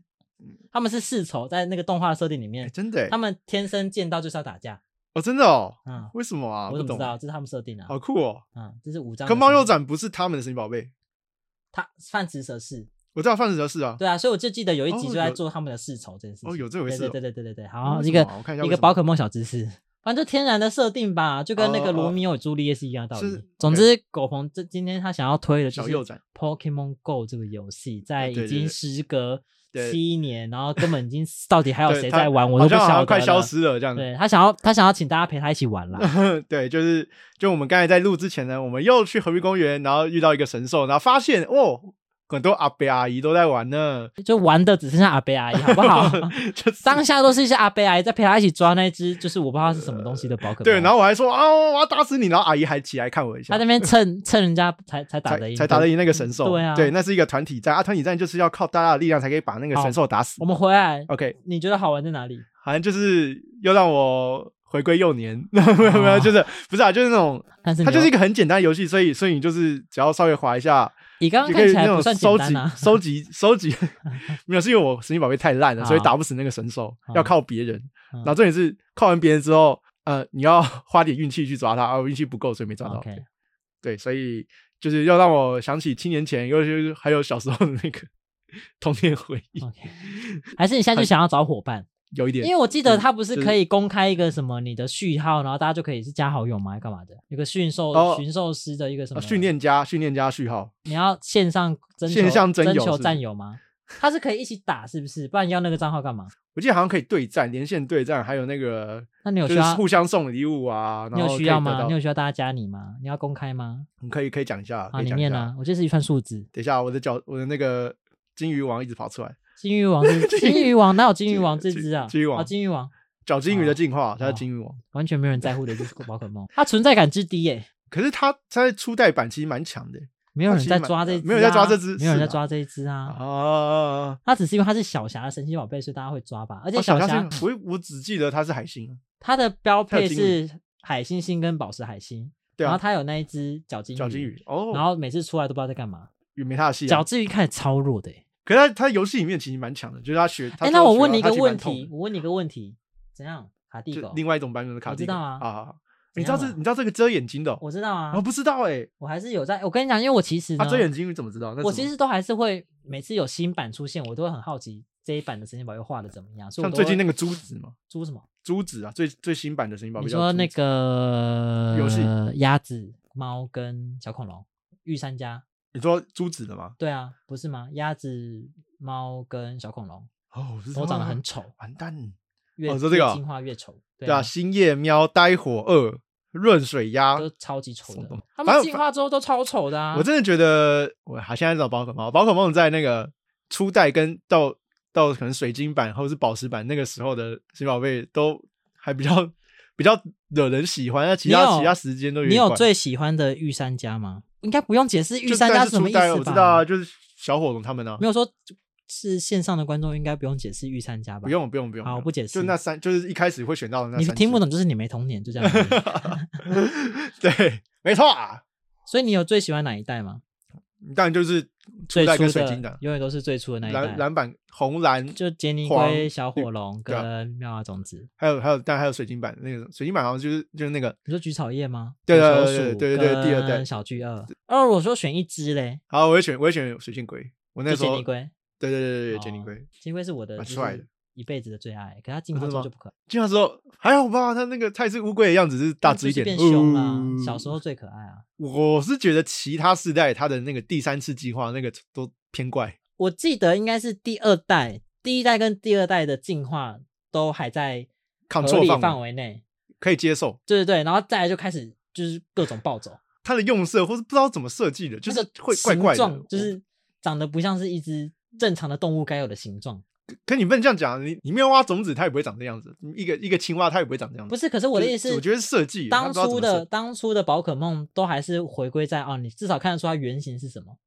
Speaker 2: 他们是世仇，在那个动画的设定里
Speaker 1: 哎，
Speaker 2: 面，
Speaker 1: 真的耶，
Speaker 2: 他们天生见到就是要打架，
Speaker 1: 哦，真的哦，
Speaker 2: 嗯，
Speaker 1: 为什么啊？
Speaker 2: 我
Speaker 1: 不
Speaker 2: 怎么
Speaker 1: 懂
Speaker 2: 知，道？这是他们设定的，
Speaker 1: 好酷哦！
Speaker 2: 嗯，这是五藏的神
Speaker 1: 可
Speaker 2: 奇。
Speaker 1: 猫肉展不是他们的神奇宝贝，
Speaker 2: 它饭食蛇是，
Speaker 1: 我知道范子哲是啊，
Speaker 2: 对啊，所以我就记得有一集
Speaker 1: 哦
Speaker 2: 就在
Speaker 1: 有
Speaker 2: 做他们的世仇这件事情。
Speaker 1: 哦有这回
Speaker 2: 对
Speaker 1: 事哦
Speaker 2: 对对对对对对，
Speaker 1: 嗯
Speaker 2: 好，
Speaker 1: 为什
Speaker 2: 一个
Speaker 1: 么啊我看一下
Speaker 2: 一
Speaker 1: 为
Speaker 2: 个
Speaker 1: 什么
Speaker 2: 宝可梦小知识，反正就天然的设定吧，就跟那个
Speaker 1: 哦
Speaker 2: 罗
Speaker 1: 哦
Speaker 2: 密欧与朱丽叶是一样的道
Speaker 1: 是
Speaker 2: 理。总之，狗鹏这今天他想要推的就
Speaker 1: 小
Speaker 2: 是
Speaker 1: 幼崽啊
Speaker 2: Pokemon Go 这个游戏，在
Speaker 1: 对
Speaker 2: 已
Speaker 1: 对
Speaker 2: 经
Speaker 1: 对
Speaker 2: 时隔
Speaker 1: 对
Speaker 2: 七年，然后根本已经到底还有
Speaker 1: 对
Speaker 2: 谁
Speaker 1: 他
Speaker 2: 在玩，我都
Speaker 1: 好
Speaker 2: 不
Speaker 1: 像好
Speaker 2: 晓得
Speaker 1: 像快消
Speaker 2: 了。
Speaker 1: 失了这样子。
Speaker 2: 对他想要他想要请大家陪他一起玩啦。
Speaker 1: 对，就是就我们刚才在录之前呢，我们又去河滨公园，然后遇到一个神兽，然后发现哦，很多阿伯阿姨都在玩呢，
Speaker 2: 就玩的只剩下阿贝阿姨，好不好？
Speaker 1: 就是
Speaker 2: 当下都是一些阿贝阿姨在陪他一起抓那只，就是我不知道是什么东西的宝可梦。
Speaker 1: 对，然后我还说啊，我要打死你，然后阿姨还起来看我一下
Speaker 2: 他。那边 蹭蹭人家才才打
Speaker 1: 才
Speaker 2: 得赢，
Speaker 1: 才打得。赢那个神兽，
Speaker 2: 对啊
Speaker 1: 那是一个团体战啊，团体战就是要靠大家的力量才可以把那个
Speaker 2: 好
Speaker 1: 神兽打死
Speaker 2: 我。们回来，
Speaker 1: OK，
Speaker 2: 你觉得好玩在哪里？
Speaker 1: 好像就是又让我回归幼年， 没有没有，就是不是啊，就是那种
Speaker 2: 但是
Speaker 1: 它
Speaker 2: 哦你
Speaker 1: 就是一个很简单的游戏，所以所以你就是只要稍微滑一下，
Speaker 2: 你刚刚
Speaker 1: 就可
Speaker 2: 看
Speaker 1: 以
Speaker 2: 起来
Speaker 1: 那
Speaker 2: 不
Speaker 1: 种
Speaker 2: 算
Speaker 1: 收
Speaker 2: 简
Speaker 1: 集。
Speaker 2: 单啊
Speaker 1: 收集收 集，没有是因为我神奇宝贝太烂了，所以
Speaker 2: 好
Speaker 1: 打不死那个神兽
Speaker 2: 好，
Speaker 1: 要靠别人。
Speaker 2: 嗯
Speaker 1: 然后重点是靠完别人之后，呃，你要 花点运气去抓它，啊，我运气不够，所以没抓到。
Speaker 2: OK，
Speaker 1: 对，所以就是要让我想起七年前，尤其是还有小时候的那个 童年回忆，
Speaker 2: OK，还是你现在就想要找伙伴？
Speaker 1: 有一点
Speaker 2: 因为我记得
Speaker 1: 对
Speaker 2: 他不是
Speaker 1: 就是
Speaker 2: 可以公开一个什么你的序号，然后大家就可以是加好友吗？还干嘛的？有个驯兽
Speaker 1: 哦
Speaker 2: 驯兽师的一个
Speaker 1: 啊
Speaker 2: 什么
Speaker 1: 训？练家训练家序号。
Speaker 2: 你要线上征求
Speaker 1: 线上征友
Speaker 2: 征
Speaker 1: 是
Speaker 2: 求
Speaker 1: 不是
Speaker 2: 战友吗？他是可以一起打是不是？不然要那个账号干嘛？
Speaker 1: 我记得好像可以对战，连线对战，还有那个
Speaker 2: 那你有
Speaker 1: 就
Speaker 2: 需
Speaker 1: 是
Speaker 2: 要
Speaker 1: 互相送礼物啊。
Speaker 2: 你
Speaker 1: 然
Speaker 2: 有
Speaker 1: 后可
Speaker 2: 需
Speaker 1: 以
Speaker 2: 要
Speaker 1: 得
Speaker 2: 吗？
Speaker 1: 到
Speaker 2: 你有需要大家加你吗？你要公开吗？
Speaker 1: 你可以可以讲一下，
Speaker 2: 啊，
Speaker 1: 可以
Speaker 2: 你
Speaker 1: 讲一
Speaker 2: 念
Speaker 1: 下。
Speaker 2: 啊，我这是一串数字。
Speaker 1: 等一下，我的脚，我的那个金鱼王一直跑出来，
Speaker 2: 金鱼王 是金鱼王，哪有金鱼王这只啊？
Speaker 1: 金鱼王
Speaker 2: 啊，金鱼王
Speaker 1: 角金鱼
Speaker 2: 哦
Speaker 1: 的进化，它
Speaker 2: 哦
Speaker 1: 是金鱼王。
Speaker 2: 完全没有人在乎的一只宝可梦，它存在感之低耶、
Speaker 1: 可是它它在初代版其实蛮强的，
Speaker 2: 没有人在
Speaker 1: 蛮
Speaker 2: 抓这一只啊、
Speaker 1: 没有人在抓这只
Speaker 2: 没有人
Speaker 1: 是
Speaker 2: 在
Speaker 1: 吗
Speaker 2: 抓这一只啊。
Speaker 1: 啊，
Speaker 2: 它只是因为它是小霞的神奇宝贝，所以大家会抓吧。而且
Speaker 1: 哦小
Speaker 2: 小
Speaker 1: 虾
Speaker 2: 霞
Speaker 1: 是，我我只记得它是海星，啊
Speaker 2: 它的标
Speaker 1: 它有
Speaker 2: 配
Speaker 1: 金鱼
Speaker 2: 是海星星跟宝石海星，
Speaker 1: 对
Speaker 2: 然后
Speaker 1: 啊，
Speaker 2: 它有那一只角金
Speaker 1: 小金鱼，哦，
Speaker 2: 嗯然后每次出来都不知道在干嘛。
Speaker 1: 也没他的戏啊
Speaker 2: 角。金鱼看起来超弱的、欸。
Speaker 1: 可是他他游戏里面其实蛮强的，就是他学。
Speaker 2: 哎、
Speaker 1: 他
Speaker 2: 那
Speaker 1: 抓
Speaker 2: 我
Speaker 1: 学
Speaker 2: 问
Speaker 1: 到
Speaker 2: 你一
Speaker 1: 他啊
Speaker 2: 个
Speaker 1: 其实
Speaker 2: 问
Speaker 1: 蛮痛
Speaker 2: 题
Speaker 1: 的，
Speaker 2: 我问你一个问题，怎样？卡蒂
Speaker 1: 就
Speaker 2: 狗，
Speaker 1: 另外一种版本的卡
Speaker 2: 我
Speaker 1: 蒂
Speaker 2: 知
Speaker 1: 狗
Speaker 2: 道啊
Speaker 1: 啊，
Speaker 2: 怎
Speaker 1: 你知道这
Speaker 2: 样啊
Speaker 1: 你知道这个遮眼睛的哦，
Speaker 2: 我知道啊
Speaker 1: 我，不知道哎，啊
Speaker 2: 我还是有在。我跟你讲，因为我其实呢，
Speaker 1: 他遮眼睛你怎么知道？那
Speaker 2: 我
Speaker 1: 怎
Speaker 2: 其
Speaker 1: 么
Speaker 2: 实都还是会每次有新版出现，我都会很好奇这一版的神奇宝贝画的怎么样。所以我
Speaker 1: 像
Speaker 2: 都
Speaker 1: 最近那
Speaker 2: 会
Speaker 1: 个珠子嘛，
Speaker 2: 猪什么？
Speaker 1: 珠子啊，最最新版的神奇宝贝
Speaker 2: 你
Speaker 1: 叫珠
Speaker 2: 说
Speaker 1: 子。
Speaker 2: 那个
Speaker 1: 游戏
Speaker 2: 鸭子、猫跟小恐龙、御三家，
Speaker 1: 你说珠子的吗？
Speaker 2: 对啊，不是吗？鸭子、猫跟小恐龙
Speaker 1: 哦，我知
Speaker 2: 都
Speaker 1: 道
Speaker 2: 长得
Speaker 1: 啊
Speaker 2: 很丑，
Speaker 1: 完蛋。
Speaker 2: 越、
Speaker 1: 哦说这个啊
Speaker 2: 越进化越丑，对
Speaker 1: 对啊，星夜喵、呆火二、润水鸭，
Speaker 2: 啊都超级丑
Speaker 1: 什么
Speaker 2: 的
Speaker 1: 东西。
Speaker 2: 他
Speaker 1: 反正
Speaker 2: 们进化之后都超丑的啊！
Speaker 1: 我真的觉得，我还现在找宝可梦，宝可梦在那个初代跟到到可能水晶版或者是宝石版那个时候的神奇宝贝都还比较比较惹人喜欢，那其
Speaker 2: 你
Speaker 1: 他
Speaker 2: 有
Speaker 1: 其他时间都有
Speaker 2: 你
Speaker 1: 点
Speaker 2: 有
Speaker 1: 怪
Speaker 2: 最喜欢的御三家吗？应该不用解释御
Speaker 1: 就
Speaker 2: 三
Speaker 1: 但
Speaker 2: 家
Speaker 1: 是
Speaker 2: 什么
Speaker 1: 初
Speaker 2: 意
Speaker 1: 代
Speaker 2: 思
Speaker 1: 我知
Speaker 2: 吧？
Speaker 1: 道啊，就是小火龙他们啊
Speaker 2: 没，有说是线上的观众应该不用解释御三家吧？
Speaker 1: 不用不用不用，
Speaker 2: 好
Speaker 1: 不用
Speaker 2: 不解释
Speaker 1: 就那三就是一开始会选到的那
Speaker 2: 你
Speaker 1: 三
Speaker 2: 听不
Speaker 1: 只，
Speaker 2: 懂就是你没童年，就这 样而已。
Speaker 1: 对，没错啊，
Speaker 2: 所以你有最喜欢哪一代吗？
Speaker 1: 当然就是初
Speaker 2: 最
Speaker 1: 代
Speaker 2: 初
Speaker 1: 跟
Speaker 2: 的
Speaker 1: 水晶的
Speaker 2: 永远都是最初的那一
Speaker 1: 蓝
Speaker 2: 代，
Speaker 1: 蓝版红蓝，
Speaker 2: 就杰尼
Speaker 1: 黄
Speaker 2: 龟、小火龙
Speaker 1: 对啊
Speaker 2: 跟妙蛙种子。
Speaker 1: 还有还有但还有水晶版那个水晶版好像就是就是那个
Speaker 2: 你说菊草叶吗？
Speaker 1: 对
Speaker 2: 红
Speaker 1: 对
Speaker 2: 手
Speaker 1: 对
Speaker 2: 鼠
Speaker 1: 对对对第二代
Speaker 2: 跟小巨二。二我说选一只嘞，
Speaker 1: 好，我也选，我也选水箭龟。我那
Speaker 2: 就
Speaker 1: 时
Speaker 2: 杰
Speaker 1: 候
Speaker 2: 尼，龟。
Speaker 1: 对对对对，杰尼
Speaker 2: 哦
Speaker 1: 龟。
Speaker 2: 杰尼龟是我的
Speaker 1: 蛮
Speaker 2: 就
Speaker 1: 帅
Speaker 2: 是
Speaker 1: 的
Speaker 2: 一辈子的最爱，可它进
Speaker 1: 哦
Speaker 2: 化
Speaker 1: 真的
Speaker 2: 之后
Speaker 1: 吗
Speaker 2: 就不可爱，
Speaker 1: 进化之后还好吧，它那个它也是乌龟的样子，只是大只一
Speaker 2: 就是
Speaker 1: 点。
Speaker 2: 变凶啦
Speaker 1: 呜。
Speaker 2: 小时候最可爱啊。
Speaker 1: 我是觉得其他世代它的那个第三次进化那个都偏怪，
Speaker 2: 我记得应该是第二代，第一代跟第二代的进化都还在合
Speaker 1: Control
Speaker 2: 理
Speaker 1: 范围
Speaker 2: 范围内，
Speaker 1: 可以接受。
Speaker 2: 对对对，然后再来就开始就是各种暴走，
Speaker 1: 它的用色或是不知道怎么设计的，就是
Speaker 2: 那个
Speaker 1: 会怪怪
Speaker 2: 形
Speaker 1: 的
Speaker 2: 状。就是长得不像是一只正常的动物该有的形状，
Speaker 1: 我，可你不能这样讲，你你没有挖种子，它也不会长这样子。一个一个青蛙，它也不会长这样子。
Speaker 2: 不是？可是我的意思，
Speaker 1: 就是我觉得是设计它
Speaker 2: 当
Speaker 1: 不知道怎
Speaker 2: 初
Speaker 1: 么
Speaker 2: 的
Speaker 1: 设
Speaker 2: 当初的宝可梦都还是回归在哦，你至少看得出它原型是什么，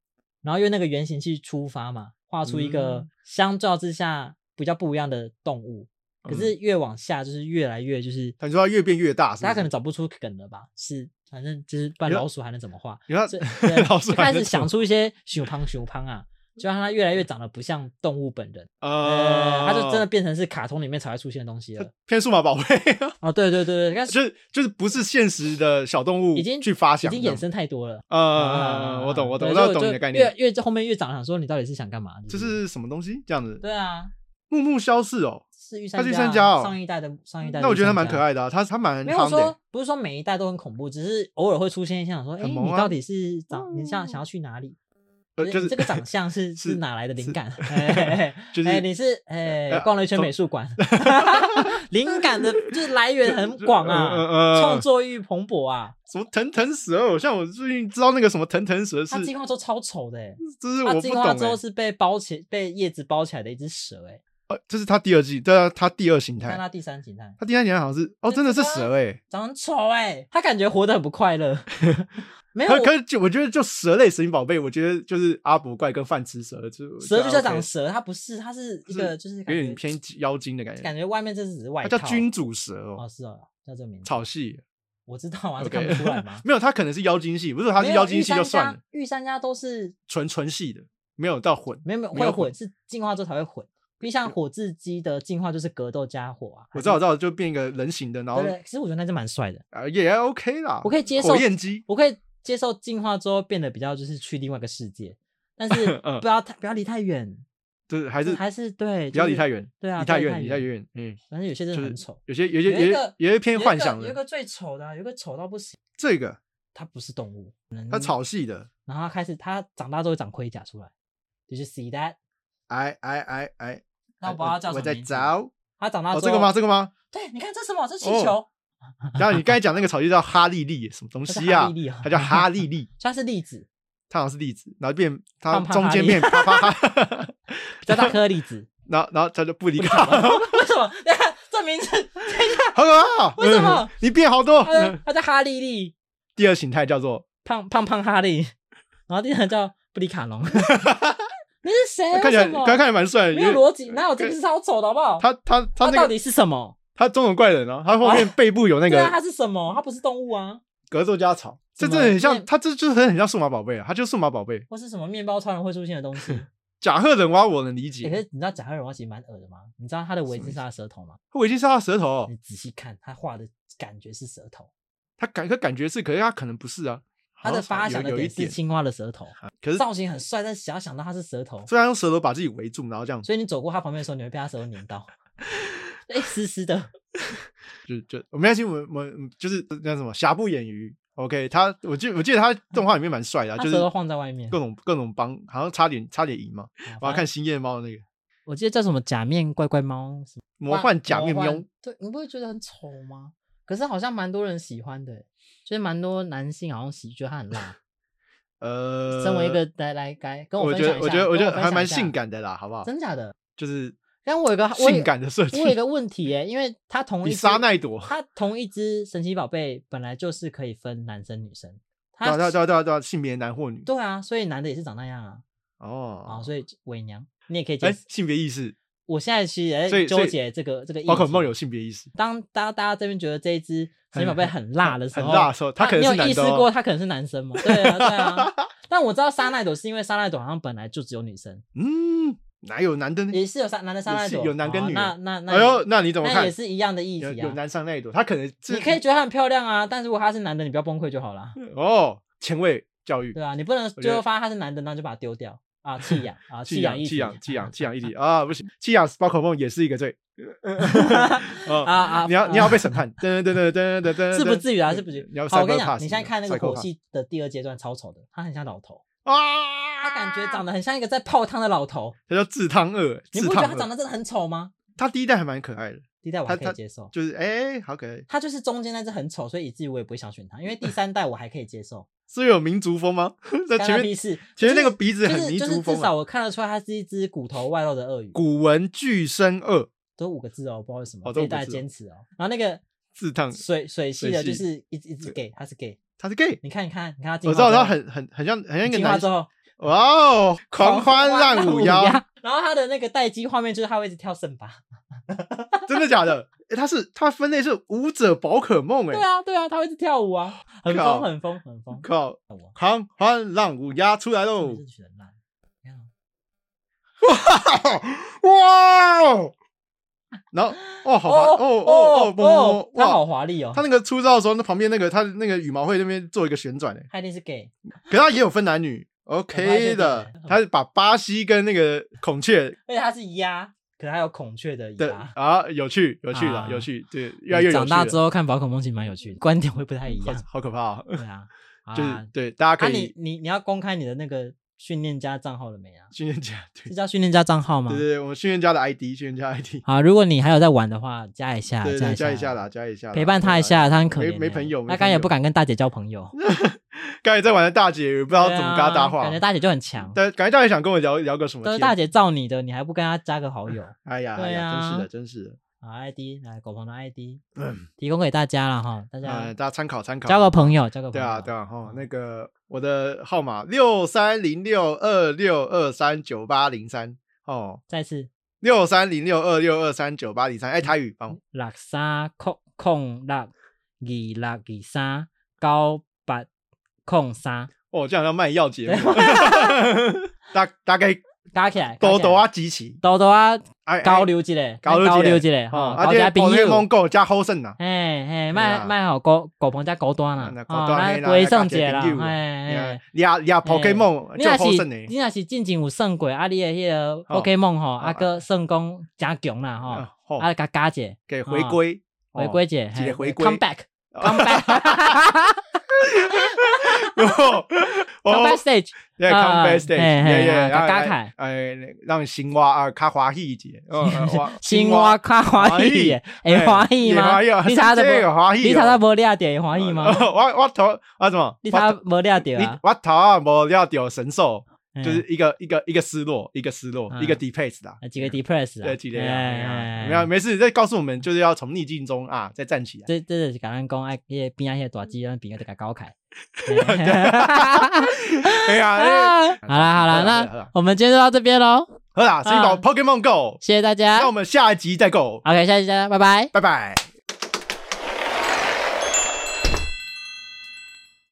Speaker 2: 然后用那个原型去出发嘛，画出一个
Speaker 1: 嗯
Speaker 2: 相较之下比较不一样的动物。可是越往下就是越来越就是
Speaker 1: 它说它越变越嗯大，是不
Speaker 2: 大家可
Speaker 1: 是
Speaker 2: 能找不出梗了吧？是，反正就是不然
Speaker 1: 你说
Speaker 2: 老鼠还能怎么画？
Speaker 1: 你看
Speaker 2: 这 对
Speaker 1: 老鼠
Speaker 2: 就
Speaker 1: 还
Speaker 2: 开
Speaker 1: 能
Speaker 2: 始
Speaker 1: 怎么
Speaker 2: 想出一些熊胖熊胖啊，就让它越来越长得不像动物本人，
Speaker 1: 呃，
Speaker 2: 呃，它就真的变成是卡通里面才会出现的东西 了。
Speaker 1: 偏数码宝贝。
Speaker 2: 哦，对对对对，但是
Speaker 1: 就是就是不是现实的小动物
Speaker 2: 已经
Speaker 1: 去发
Speaker 2: 已
Speaker 1: 想的，
Speaker 2: 经衍生太多了。
Speaker 1: 呃呃呃
Speaker 2: 啊
Speaker 1: 呃，我懂我懂，
Speaker 2: 对
Speaker 1: 我
Speaker 2: 所
Speaker 1: 大概
Speaker 2: 以
Speaker 1: 懂你的
Speaker 2: 就
Speaker 1: 概念，
Speaker 2: 越越后面越长，想说你到底是想干嘛？
Speaker 1: 这
Speaker 2: 不
Speaker 1: 是什么东西这样子？
Speaker 2: 对啊，
Speaker 1: 木木消逝哦，
Speaker 2: 是御
Speaker 1: 它
Speaker 2: 三
Speaker 1: 是御
Speaker 2: 家啊，
Speaker 1: 三家哦
Speaker 2: 上一代的上一代的御三家。
Speaker 1: 那我觉得它蛮可爱的啊，它它蛮
Speaker 2: 没有
Speaker 1: 夯的欸
Speaker 2: 说，不是说每一代都很恐怖，只是偶尔会出现一些想说，哎、
Speaker 1: 很萌啊嗯
Speaker 2: 你到底是长，你想想要去哪里？
Speaker 1: 呃
Speaker 2: 不
Speaker 1: 就是
Speaker 2: 你这个长 相是
Speaker 1: 是
Speaker 2: 是哪来的灵感？
Speaker 1: 就是
Speaker 2: 哎，你是哎
Speaker 1: 呃
Speaker 2: 逛了一圈
Speaker 1: 从
Speaker 2: 美 术馆， 灵感的就是来源很广
Speaker 1: 呃呃
Speaker 2: 啊，
Speaker 1: 呃
Speaker 2: 创作欲蓬勃啊。
Speaker 1: 什么藤藤蛇，像我最近知道那个什么藤藤蛇是
Speaker 2: 它，进化之后超丑的、欸，
Speaker 1: 就是
Speaker 2: 它
Speaker 1: 我
Speaker 2: 进
Speaker 1: 不
Speaker 2: 化
Speaker 1: 懂
Speaker 2: 之后
Speaker 1: 欸
Speaker 2: 是被包起被叶子包起来的一只蛇、欸，哎，
Speaker 1: 呃，这是它第二季，对啊，它第二形
Speaker 2: 看
Speaker 1: 态，
Speaker 2: 它第三形态
Speaker 1: 它第三形态好像是哦，真的是蛇哎，
Speaker 2: 长得很丑、哎，它感觉活得很不快 乐。没有，
Speaker 1: 可
Speaker 2: 我
Speaker 1: 可是就我觉得就蛇类神奇宝贝，我觉得就是阿伯怪跟饭吃蛇，就
Speaker 2: 蛇就是要
Speaker 1: 长
Speaker 2: 长蛇，它不是，它是
Speaker 1: 啊
Speaker 2: 一
Speaker 1: 是
Speaker 2: 个就是
Speaker 1: 有
Speaker 2: 感
Speaker 1: 点
Speaker 2: 觉
Speaker 1: 偏妖精的感觉
Speaker 2: 感，觉外面这只是外
Speaker 1: 它
Speaker 2: 套。
Speaker 1: 叫君主蛇哦
Speaker 2: 哦，，是哦，叫这个名字。
Speaker 1: 草系。
Speaker 2: 我知道啊，是
Speaker 1: OK？
Speaker 2: 看不出来吗
Speaker 1: 没有，他可能是妖精系，不是他
Speaker 2: 没
Speaker 1: 是
Speaker 2: 有
Speaker 1: 妖精系就算。
Speaker 2: 御三
Speaker 1: 了
Speaker 2: 家，御三家都是
Speaker 1: 纯纯系的，没有到混。
Speaker 2: 没有没有
Speaker 1: 没有呃
Speaker 2: 会混，是进化之后才会混。毕竟像火字鸡的进化就是格斗加火啊。
Speaker 1: 我知道，我知道，就变一个人形的，然后
Speaker 2: 对对，其实我觉得那只蛮帅的，
Speaker 1: 啊也还 OK 啦，
Speaker 2: 我可以接受
Speaker 1: 火焰鸡，
Speaker 2: 我可以接受进化之后变得比较就是去另外一个世界，但是
Speaker 1: 嗯
Speaker 2: 不要太不要离太远，
Speaker 1: 就是还是
Speaker 2: 还是对，
Speaker 1: 不要
Speaker 2: 就是
Speaker 1: 离太远，
Speaker 2: 对啊
Speaker 1: 离太
Speaker 2: 不要
Speaker 1: 远，
Speaker 2: 离
Speaker 1: 离
Speaker 2: 太
Speaker 1: 太
Speaker 2: 远
Speaker 1: 远，嗯，
Speaker 2: 反正有些真的
Speaker 1: 就是
Speaker 2: 很丑，
Speaker 1: 有些有些
Speaker 2: 有一
Speaker 1: 有些
Speaker 2: 个
Speaker 1: 有些偏
Speaker 2: 有一
Speaker 1: 幻
Speaker 2: 个
Speaker 1: 想
Speaker 2: 有一
Speaker 1: 的。
Speaker 2: 个最丑的啊，有一个丑到不行，
Speaker 1: 这个
Speaker 2: 它不是动物，
Speaker 1: 它草系的，
Speaker 2: 嗯然后它开始它长大之后会长盔甲出来，就是 see that，
Speaker 1: 哎哎哎哎，
Speaker 2: 那我不知
Speaker 1: 哎
Speaker 2: 道它叫什
Speaker 1: 我
Speaker 2: 么
Speaker 1: 在
Speaker 2: 名字
Speaker 1: 找
Speaker 2: 它长大之
Speaker 1: 哦
Speaker 2: 后
Speaker 1: 这个吗？这个吗？
Speaker 2: 对，你看这是什么？这是气
Speaker 1: 哦
Speaker 2: 球，
Speaker 1: 然后你刚才讲那个草系叫哈利利，什么东西啊
Speaker 2: 它是哈利利哦？
Speaker 1: 它叫哈利利，
Speaker 2: 它是粒子，
Speaker 1: 它好像是粒子，然后变它
Speaker 2: 胖胖
Speaker 1: 中
Speaker 2: 哈
Speaker 1: 间
Speaker 2: 利
Speaker 1: 变啪啪 哈，
Speaker 2: 比较大颗的粒 子。
Speaker 1: 然后然后它就不离
Speaker 2: 为
Speaker 1: 开
Speaker 2: 什。么？ 为什么？等一下这名字，等一下，
Speaker 1: 好可怕、
Speaker 2: 为什么呃
Speaker 1: 嗯你变好多、
Speaker 2: 它它叫哈利利，
Speaker 1: 第二形态叫做
Speaker 2: 胖胖胖哈利，然后第三叫布 里卡农，你是谁？
Speaker 1: 看起来
Speaker 2: 哎为什么
Speaker 1: 刚看起来蛮帅的，
Speaker 2: 没有
Speaker 1: 因为
Speaker 2: 逻辑，哪有这个是超丑的好不好？
Speaker 1: 他他他
Speaker 2: 到
Speaker 1: 那个
Speaker 2: 底是什么？
Speaker 1: 他中种怪人啊，他后面背部有那
Speaker 2: 对啊，
Speaker 1: 个
Speaker 2: 它是什么？它不是动物啊，
Speaker 1: 格斗家草，这
Speaker 2: 什么
Speaker 1: 真的很像，
Speaker 2: 面
Speaker 1: 他这就是很很像数码宝贝啊，他就是数码宝贝。
Speaker 2: 或是什么面包超人会出现的东 西。
Speaker 1: 甲贺忍蛙我能理
Speaker 2: 欸
Speaker 1: 解，
Speaker 2: 可是你知道甲贺忍蛙其实蛮恶的吗？你知道他的围巾是他的舌头吗？
Speaker 1: 我已经是他的舌头哦
Speaker 2: 你，仔细看，他画的感觉是舌头，
Speaker 1: 他感可感觉是，可是他可能不是啊。
Speaker 2: 他的
Speaker 1: 好像
Speaker 2: 发想的
Speaker 1: 有有一
Speaker 2: 点是
Speaker 1: 点，
Speaker 2: 青蛙的舌头，
Speaker 1: 可是
Speaker 2: 造型很帅，但是只要想到他是舌头，
Speaker 1: 虽然用舌头把自己围住，然后这样
Speaker 2: 所以你走过他旁边的时候，你会被他舌头 粘到，一丝丝的。
Speaker 1: 就就我没关系，我们我们就是那什么瑕不掩瑜。OK，他我记我记得他动画里面蛮帅的啊、
Speaker 2: 他
Speaker 1: 就
Speaker 2: 舌
Speaker 1: 是
Speaker 2: 头晃在外面
Speaker 1: 各种各种帮，好像差点差点赢嘛。
Speaker 2: 啊
Speaker 1: 我要
Speaker 2: 反
Speaker 1: 看
Speaker 2: 正
Speaker 1: 星夜猫那个
Speaker 2: 我记得叫什么假面怪怪猫，什么
Speaker 1: 魔幻假面
Speaker 2: 魔
Speaker 1: 喵
Speaker 2: 幻，对你不会觉得很丑吗？可是好像蛮多人喜欢的、欸就是蛮多男性好像喜觉得他很辣。
Speaker 1: 呃，
Speaker 2: 身为一个来来该跟
Speaker 1: 我
Speaker 2: 分
Speaker 1: 觉
Speaker 2: 享
Speaker 1: 得
Speaker 2: 一下，
Speaker 1: 我觉得我觉得
Speaker 2: 跟分
Speaker 1: 还
Speaker 2: 享
Speaker 1: 蛮
Speaker 2: 一下
Speaker 1: 性，感的啦，好不好？
Speaker 2: 真假的？
Speaker 1: 就是
Speaker 2: 但我有个我有
Speaker 1: 性感的设计
Speaker 2: 我有一个问题耶、因为它同
Speaker 1: 比
Speaker 2: 一
Speaker 1: 沙
Speaker 2: 只
Speaker 1: 奈 朵，
Speaker 2: 它同一只神奇宝贝本来就是可以分男生女生，
Speaker 1: 对啊
Speaker 2: 它
Speaker 1: 对啊对啊对啊对啊，性别男或女
Speaker 2: 对啊，所以男的也是长那样啊，啊，
Speaker 1: 哦，
Speaker 2: 所以伪娘你也可以
Speaker 1: 哎、
Speaker 2: 解释。
Speaker 1: 性别意识，
Speaker 2: 我现在其实也
Speaker 1: 所以
Speaker 2: 在
Speaker 1: 所以
Speaker 2: 哎纠结这个这个议题。
Speaker 1: 宝可梦有性别意识，
Speaker 2: 当当大家这边觉得这 一只神奇宝贝
Speaker 1: 很
Speaker 2: 很辣的时
Speaker 1: 很
Speaker 2: 候，
Speaker 1: 辣的时候，他可能
Speaker 2: 你
Speaker 1: 是
Speaker 2: 有
Speaker 1: 男
Speaker 2: 意识
Speaker 1: 的、哦。
Speaker 2: 过他可能是男生吗？对啊，对 啊。但我知道沙奈朵是因为沙奈朵好像本来就只有女生，
Speaker 1: 嗯，哪有男的呢？
Speaker 2: 也是有沙男的沙奈
Speaker 1: 也
Speaker 2: 朵，
Speaker 1: 是有男跟
Speaker 2: 哦
Speaker 1: 女的
Speaker 2: 那那那
Speaker 1: 哎呦，那你怎么
Speaker 2: 那
Speaker 1: 看
Speaker 2: 也？是一样的议
Speaker 1: 有
Speaker 2: 题
Speaker 1: 有
Speaker 2: 啊。
Speaker 1: 男上那一朵，他可能是
Speaker 2: 你可以觉得她很漂亮啊，但如果她是男的，你不要崩溃就好啦。
Speaker 1: 哦，前卫教育
Speaker 2: 对，啊，你不能
Speaker 1: 我觉
Speaker 2: 最
Speaker 1: 得
Speaker 2: 后发现他是男的，那就把它丢掉啊，弃养啊，
Speaker 1: 弃
Speaker 2: 养
Speaker 1: 养
Speaker 2: 一
Speaker 1: 弃养弃 养弃养一体
Speaker 2: 体
Speaker 1: 啊，不行，弃养宝可梦也是一个 罪
Speaker 2: 啊
Speaker 1: 啊。
Speaker 2: 啊！
Speaker 1: 你要你要
Speaker 2: 啊
Speaker 1: 被审判，噔噔噔噔噔噔，
Speaker 2: 是不至于啊，是不至
Speaker 1: 你要
Speaker 2: 于。好，我跟你
Speaker 1: psychopath
Speaker 2: 讲，你现在看那个火
Speaker 1: psychopath
Speaker 2: 系的第二阶段超丑的，他很像老头，
Speaker 1: 啊，
Speaker 2: 他感觉长得很像一个在泡汤的老头。
Speaker 1: 他叫自汤二，
Speaker 2: 你
Speaker 1: 自
Speaker 2: 不觉得他
Speaker 1: 汤
Speaker 2: 长
Speaker 1: 二，
Speaker 2: 得真的很丑吗？
Speaker 1: 他第一代还蛮可爱的，
Speaker 2: 第一代我
Speaker 1: 他
Speaker 2: 还可
Speaker 1: 他
Speaker 2: 以接受，
Speaker 1: 就是哎，好可爱，
Speaker 2: 他就是中间那只很丑，所以以至于我也不会想选他，因为 第三代我还可以接受。
Speaker 1: 是有民族风吗？ 在
Speaker 2: 干
Speaker 1: 前
Speaker 2: 他屁
Speaker 1: 面
Speaker 2: 事
Speaker 1: 前面那
Speaker 2: 就是
Speaker 1: 个鼻子
Speaker 2: 就
Speaker 1: 很
Speaker 2: 是
Speaker 1: 民
Speaker 2: 就
Speaker 1: 族
Speaker 2: 是至
Speaker 1: 风
Speaker 2: 少
Speaker 1: 啊，
Speaker 2: 我看得出来，它是一只骨头外露的鳄鱼，
Speaker 1: 古文巨声二
Speaker 2: 都五个字哦，不知道为什么
Speaker 1: 哦都五个
Speaker 2: 被大家
Speaker 1: 字哦
Speaker 2: 坚持哦。然后那个
Speaker 1: 自烫，
Speaker 2: 水水系
Speaker 1: 水
Speaker 2: 的，就
Speaker 1: 系
Speaker 2: 是一直一直 gay，他是 gay。
Speaker 1: 他是 gay，
Speaker 2: 你看，你看，你看他进
Speaker 1: 我
Speaker 2: 化
Speaker 1: 知
Speaker 2: 之后，
Speaker 1: 道他很很很像很像一个
Speaker 2: 进化
Speaker 1: 男
Speaker 2: 之后
Speaker 1: 哇哦，狂欢
Speaker 2: 浪
Speaker 1: 烂舞腰，
Speaker 2: 然后他的那个待机画面就是他会一直跳圣巴。
Speaker 1: 真的假的？诶他是他分类是舞者宝可梦
Speaker 2: 对
Speaker 1: 哎，
Speaker 2: 啊，对啊，他会一直跳舞啊，很
Speaker 1: 靠
Speaker 2: 疯，很疯，很疯。
Speaker 1: 靠，
Speaker 2: 我
Speaker 1: 狂欢浪舞鸭出来
Speaker 2: 真
Speaker 1: 喽
Speaker 2: 的！是取得很烂，你看啊
Speaker 1: 哇哦，然后哦，好滑哦哦哦，摸摸
Speaker 2: 他
Speaker 1: 哇
Speaker 2: 好！华丽哦，
Speaker 1: 他那个出招的时候，那旁边那个他那个羽毛会那边做一个旋转哎，
Speaker 2: 他一定是 gay，
Speaker 1: 可是他也有分男女
Speaker 2: 我发现
Speaker 1: ，OK
Speaker 2: 这
Speaker 1: 的
Speaker 2: 个，
Speaker 1: 他是把巴西跟那个孔雀
Speaker 2: 而且他是鸭，可是他有孔雀的
Speaker 1: 的
Speaker 2: 鸭。
Speaker 1: 啊，有趣有趣
Speaker 2: 啊
Speaker 1: 的有趣，对，越来越有
Speaker 2: 长大
Speaker 1: 趣了
Speaker 2: 之后看宝可梦其实蛮有趣的，观点会不太一
Speaker 1: 好
Speaker 2: 样。
Speaker 1: 好可怕啊！
Speaker 2: 对啊，好
Speaker 1: 就
Speaker 2: 啦
Speaker 1: 是对，大家
Speaker 2: 啊
Speaker 1: 可
Speaker 2: 你
Speaker 1: 以
Speaker 2: 你你要公开你的那个训练家账号了没啊？
Speaker 1: 训练家，对
Speaker 2: 是叫训练家账号吗？
Speaker 1: 对对对，我们训练家的 ID，训练家 ID，
Speaker 2: 好，如果你还有在玩的话，啊加一下，
Speaker 1: 对对，加一下
Speaker 2: 啦，
Speaker 1: 啦，加一下啦，
Speaker 2: 陪伴他一
Speaker 1: 对啊。
Speaker 2: 下，他很可
Speaker 1: 没
Speaker 2: 怜欸，
Speaker 1: 没朋友没
Speaker 2: 他
Speaker 1: 朋
Speaker 2: 刚也
Speaker 1: 友
Speaker 2: 不敢跟大姐交朋友，
Speaker 1: 刚才在玩的大姐，不知道
Speaker 2: 对
Speaker 1: 怎么跟她搭
Speaker 2: 啊
Speaker 1: 话，啊
Speaker 2: 感觉大姐就很强，
Speaker 1: 但感觉大姐想跟我聊聊个什么
Speaker 2: 都是
Speaker 1: 天？
Speaker 2: 大姐罩你的，你还不跟她加个好 友？
Speaker 1: 哎呀，哎
Speaker 2: 对
Speaker 1: 呀，真是
Speaker 2: 啊
Speaker 1: 的，真是的，
Speaker 2: 好 ID 来狗鹏的 ID
Speaker 1: 嗯
Speaker 2: 提供给大家了哈，大
Speaker 1: 呃，
Speaker 2: 家
Speaker 1: 大家参考参考，
Speaker 2: 交个朋友，嗯交个
Speaker 1: 对
Speaker 2: 朋友，
Speaker 1: 啊，对啊，哈，那个我的号码六三零六二六二三九八零三哦，
Speaker 2: 再次
Speaker 1: 六三零六二六二三九八零三，哎，台语帮我
Speaker 2: 六三空空六二六二三九八空三，
Speaker 1: 哦，这样要卖药节目
Speaker 2: 对，
Speaker 1: 大大概
Speaker 2: 加起来，加
Speaker 1: 多
Speaker 2: 起来
Speaker 1: 多啊，，集齐，
Speaker 2: 多多啊，
Speaker 1: 哎，哎
Speaker 2: 交流一下，
Speaker 1: 交流一下
Speaker 2: 交流一下
Speaker 1: 哦，
Speaker 2: 哈，
Speaker 1: 啊，
Speaker 2: 交
Speaker 1: 这
Speaker 2: 一下
Speaker 1: 个
Speaker 2: 朋
Speaker 1: 宝可
Speaker 2: 友
Speaker 1: 梦。够加好胜呐，
Speaker 2: 嘿嘿，
Speaker 1: 对
Speaker 2: 卖
Speaker 1: 啊
Speaker 2: 卖好狗狗棚加狗端啦
Speaker 1: 啊那，狗
Speaker 2: 哦
Speaker 1: 单嘿
Speaker 2: 咱
Speaker 1: 啦
Speaker 2: 归
Speaker 1: 咱
Speaker 2: 圣
Speaker 1: 家己
Speaker 2: 节啦，
Speaker 1: 朋友
Speaker 2: 嘿嘿
Speaker 1: 哎。俩俩宝可梦
Speaker 2: 你
Speaker 1: 就
Speaker 2: 若
Speaker 1: 啊好
Speaker 2: 是
Speaker 1: 胜呢。
Speaker 2: 你若是进前有算过，啊，你的迄个宝可梦吼，啊
Speaker 1: 啊
Speaker 2: 个算讲诚强啦吼，
Speaker 1: 啊吼
Speaker 2: 啊甲加者
Speaker 1: 给回归，哦
Speaker 2: 回归，者，
Speaker 1: 一个
Speaker 2: 嘿
Speaker 1: 回归
Speaker 2: ，come back，come back，come
Speaker 1: 哦
Speaker 2: back stage，
Speaker 1: 对
Speaker 2: 啊
Speaker 1: ，come back stage，
Speaker 2: 嘿嘿
Speaker 1: 耶耶，
Speaker 2: 啊
Speaker 1: 让
Speaker 2: 加凯
Speaker 1: 哎，让青蛙啊，卡欢喜一点，哦
Speaker 2: 青蛙较欢喜的，
Speaker 1: 哎
Speaker 2: 会欢喜吗？你查
Speaker 1: 的不
Speaker 2: 得无，
Speaker 1: 欢喜哦，哦
Speaker 2: 你查得无抓着会欢喜吗
Speaker 1: ？我我头啊什么？
Speaker 2: 你
Speaker 1: 我
Speaker 2: 查
Speaker 1: 头
Speaker 2: 得无抓
Speaker 1: 你
Speaker 2: 着啊？
Speaker 1: 我头啊无料到神兽，
Speaker 2: 嗯
Speaker 1: 就是一个一个一个失落，一个失落，
Speaker 2: 嗯
Speaker 1: 一个 depress 啦，
Speaker 2: 啊几个 depress 啊，
Speaker 1: 对，记得
Speaker 2: 哎
Speaker 1: 呀，
Speaker 2: 哎哎
Speaker 1: 没有没事，再告诉我们就是要从逆境中啊再站起来。
Speaker 2: 这这就是甲咱讲，哎，迄边仔迄个大姊，咱朋友就甲搞 开。
Speaker 1: 哎呀，哎
Speaker 2: 好啦好啦，
Speaker 1: 好
Speaker 2: 那
Speaker 1: 啦
Speaker 2: 我们今天就到这边喽，
Speaker 1: 好啦，是一
Speaker 2: 啊
Speaker 1: 把 Pokemon Go，
Speaker 2: 谢谢大家
Speaker 1: 那我。们下一集再 Go，
Speaker 2: OK，下期见，拜拜。
Speaker 1: 拜拜。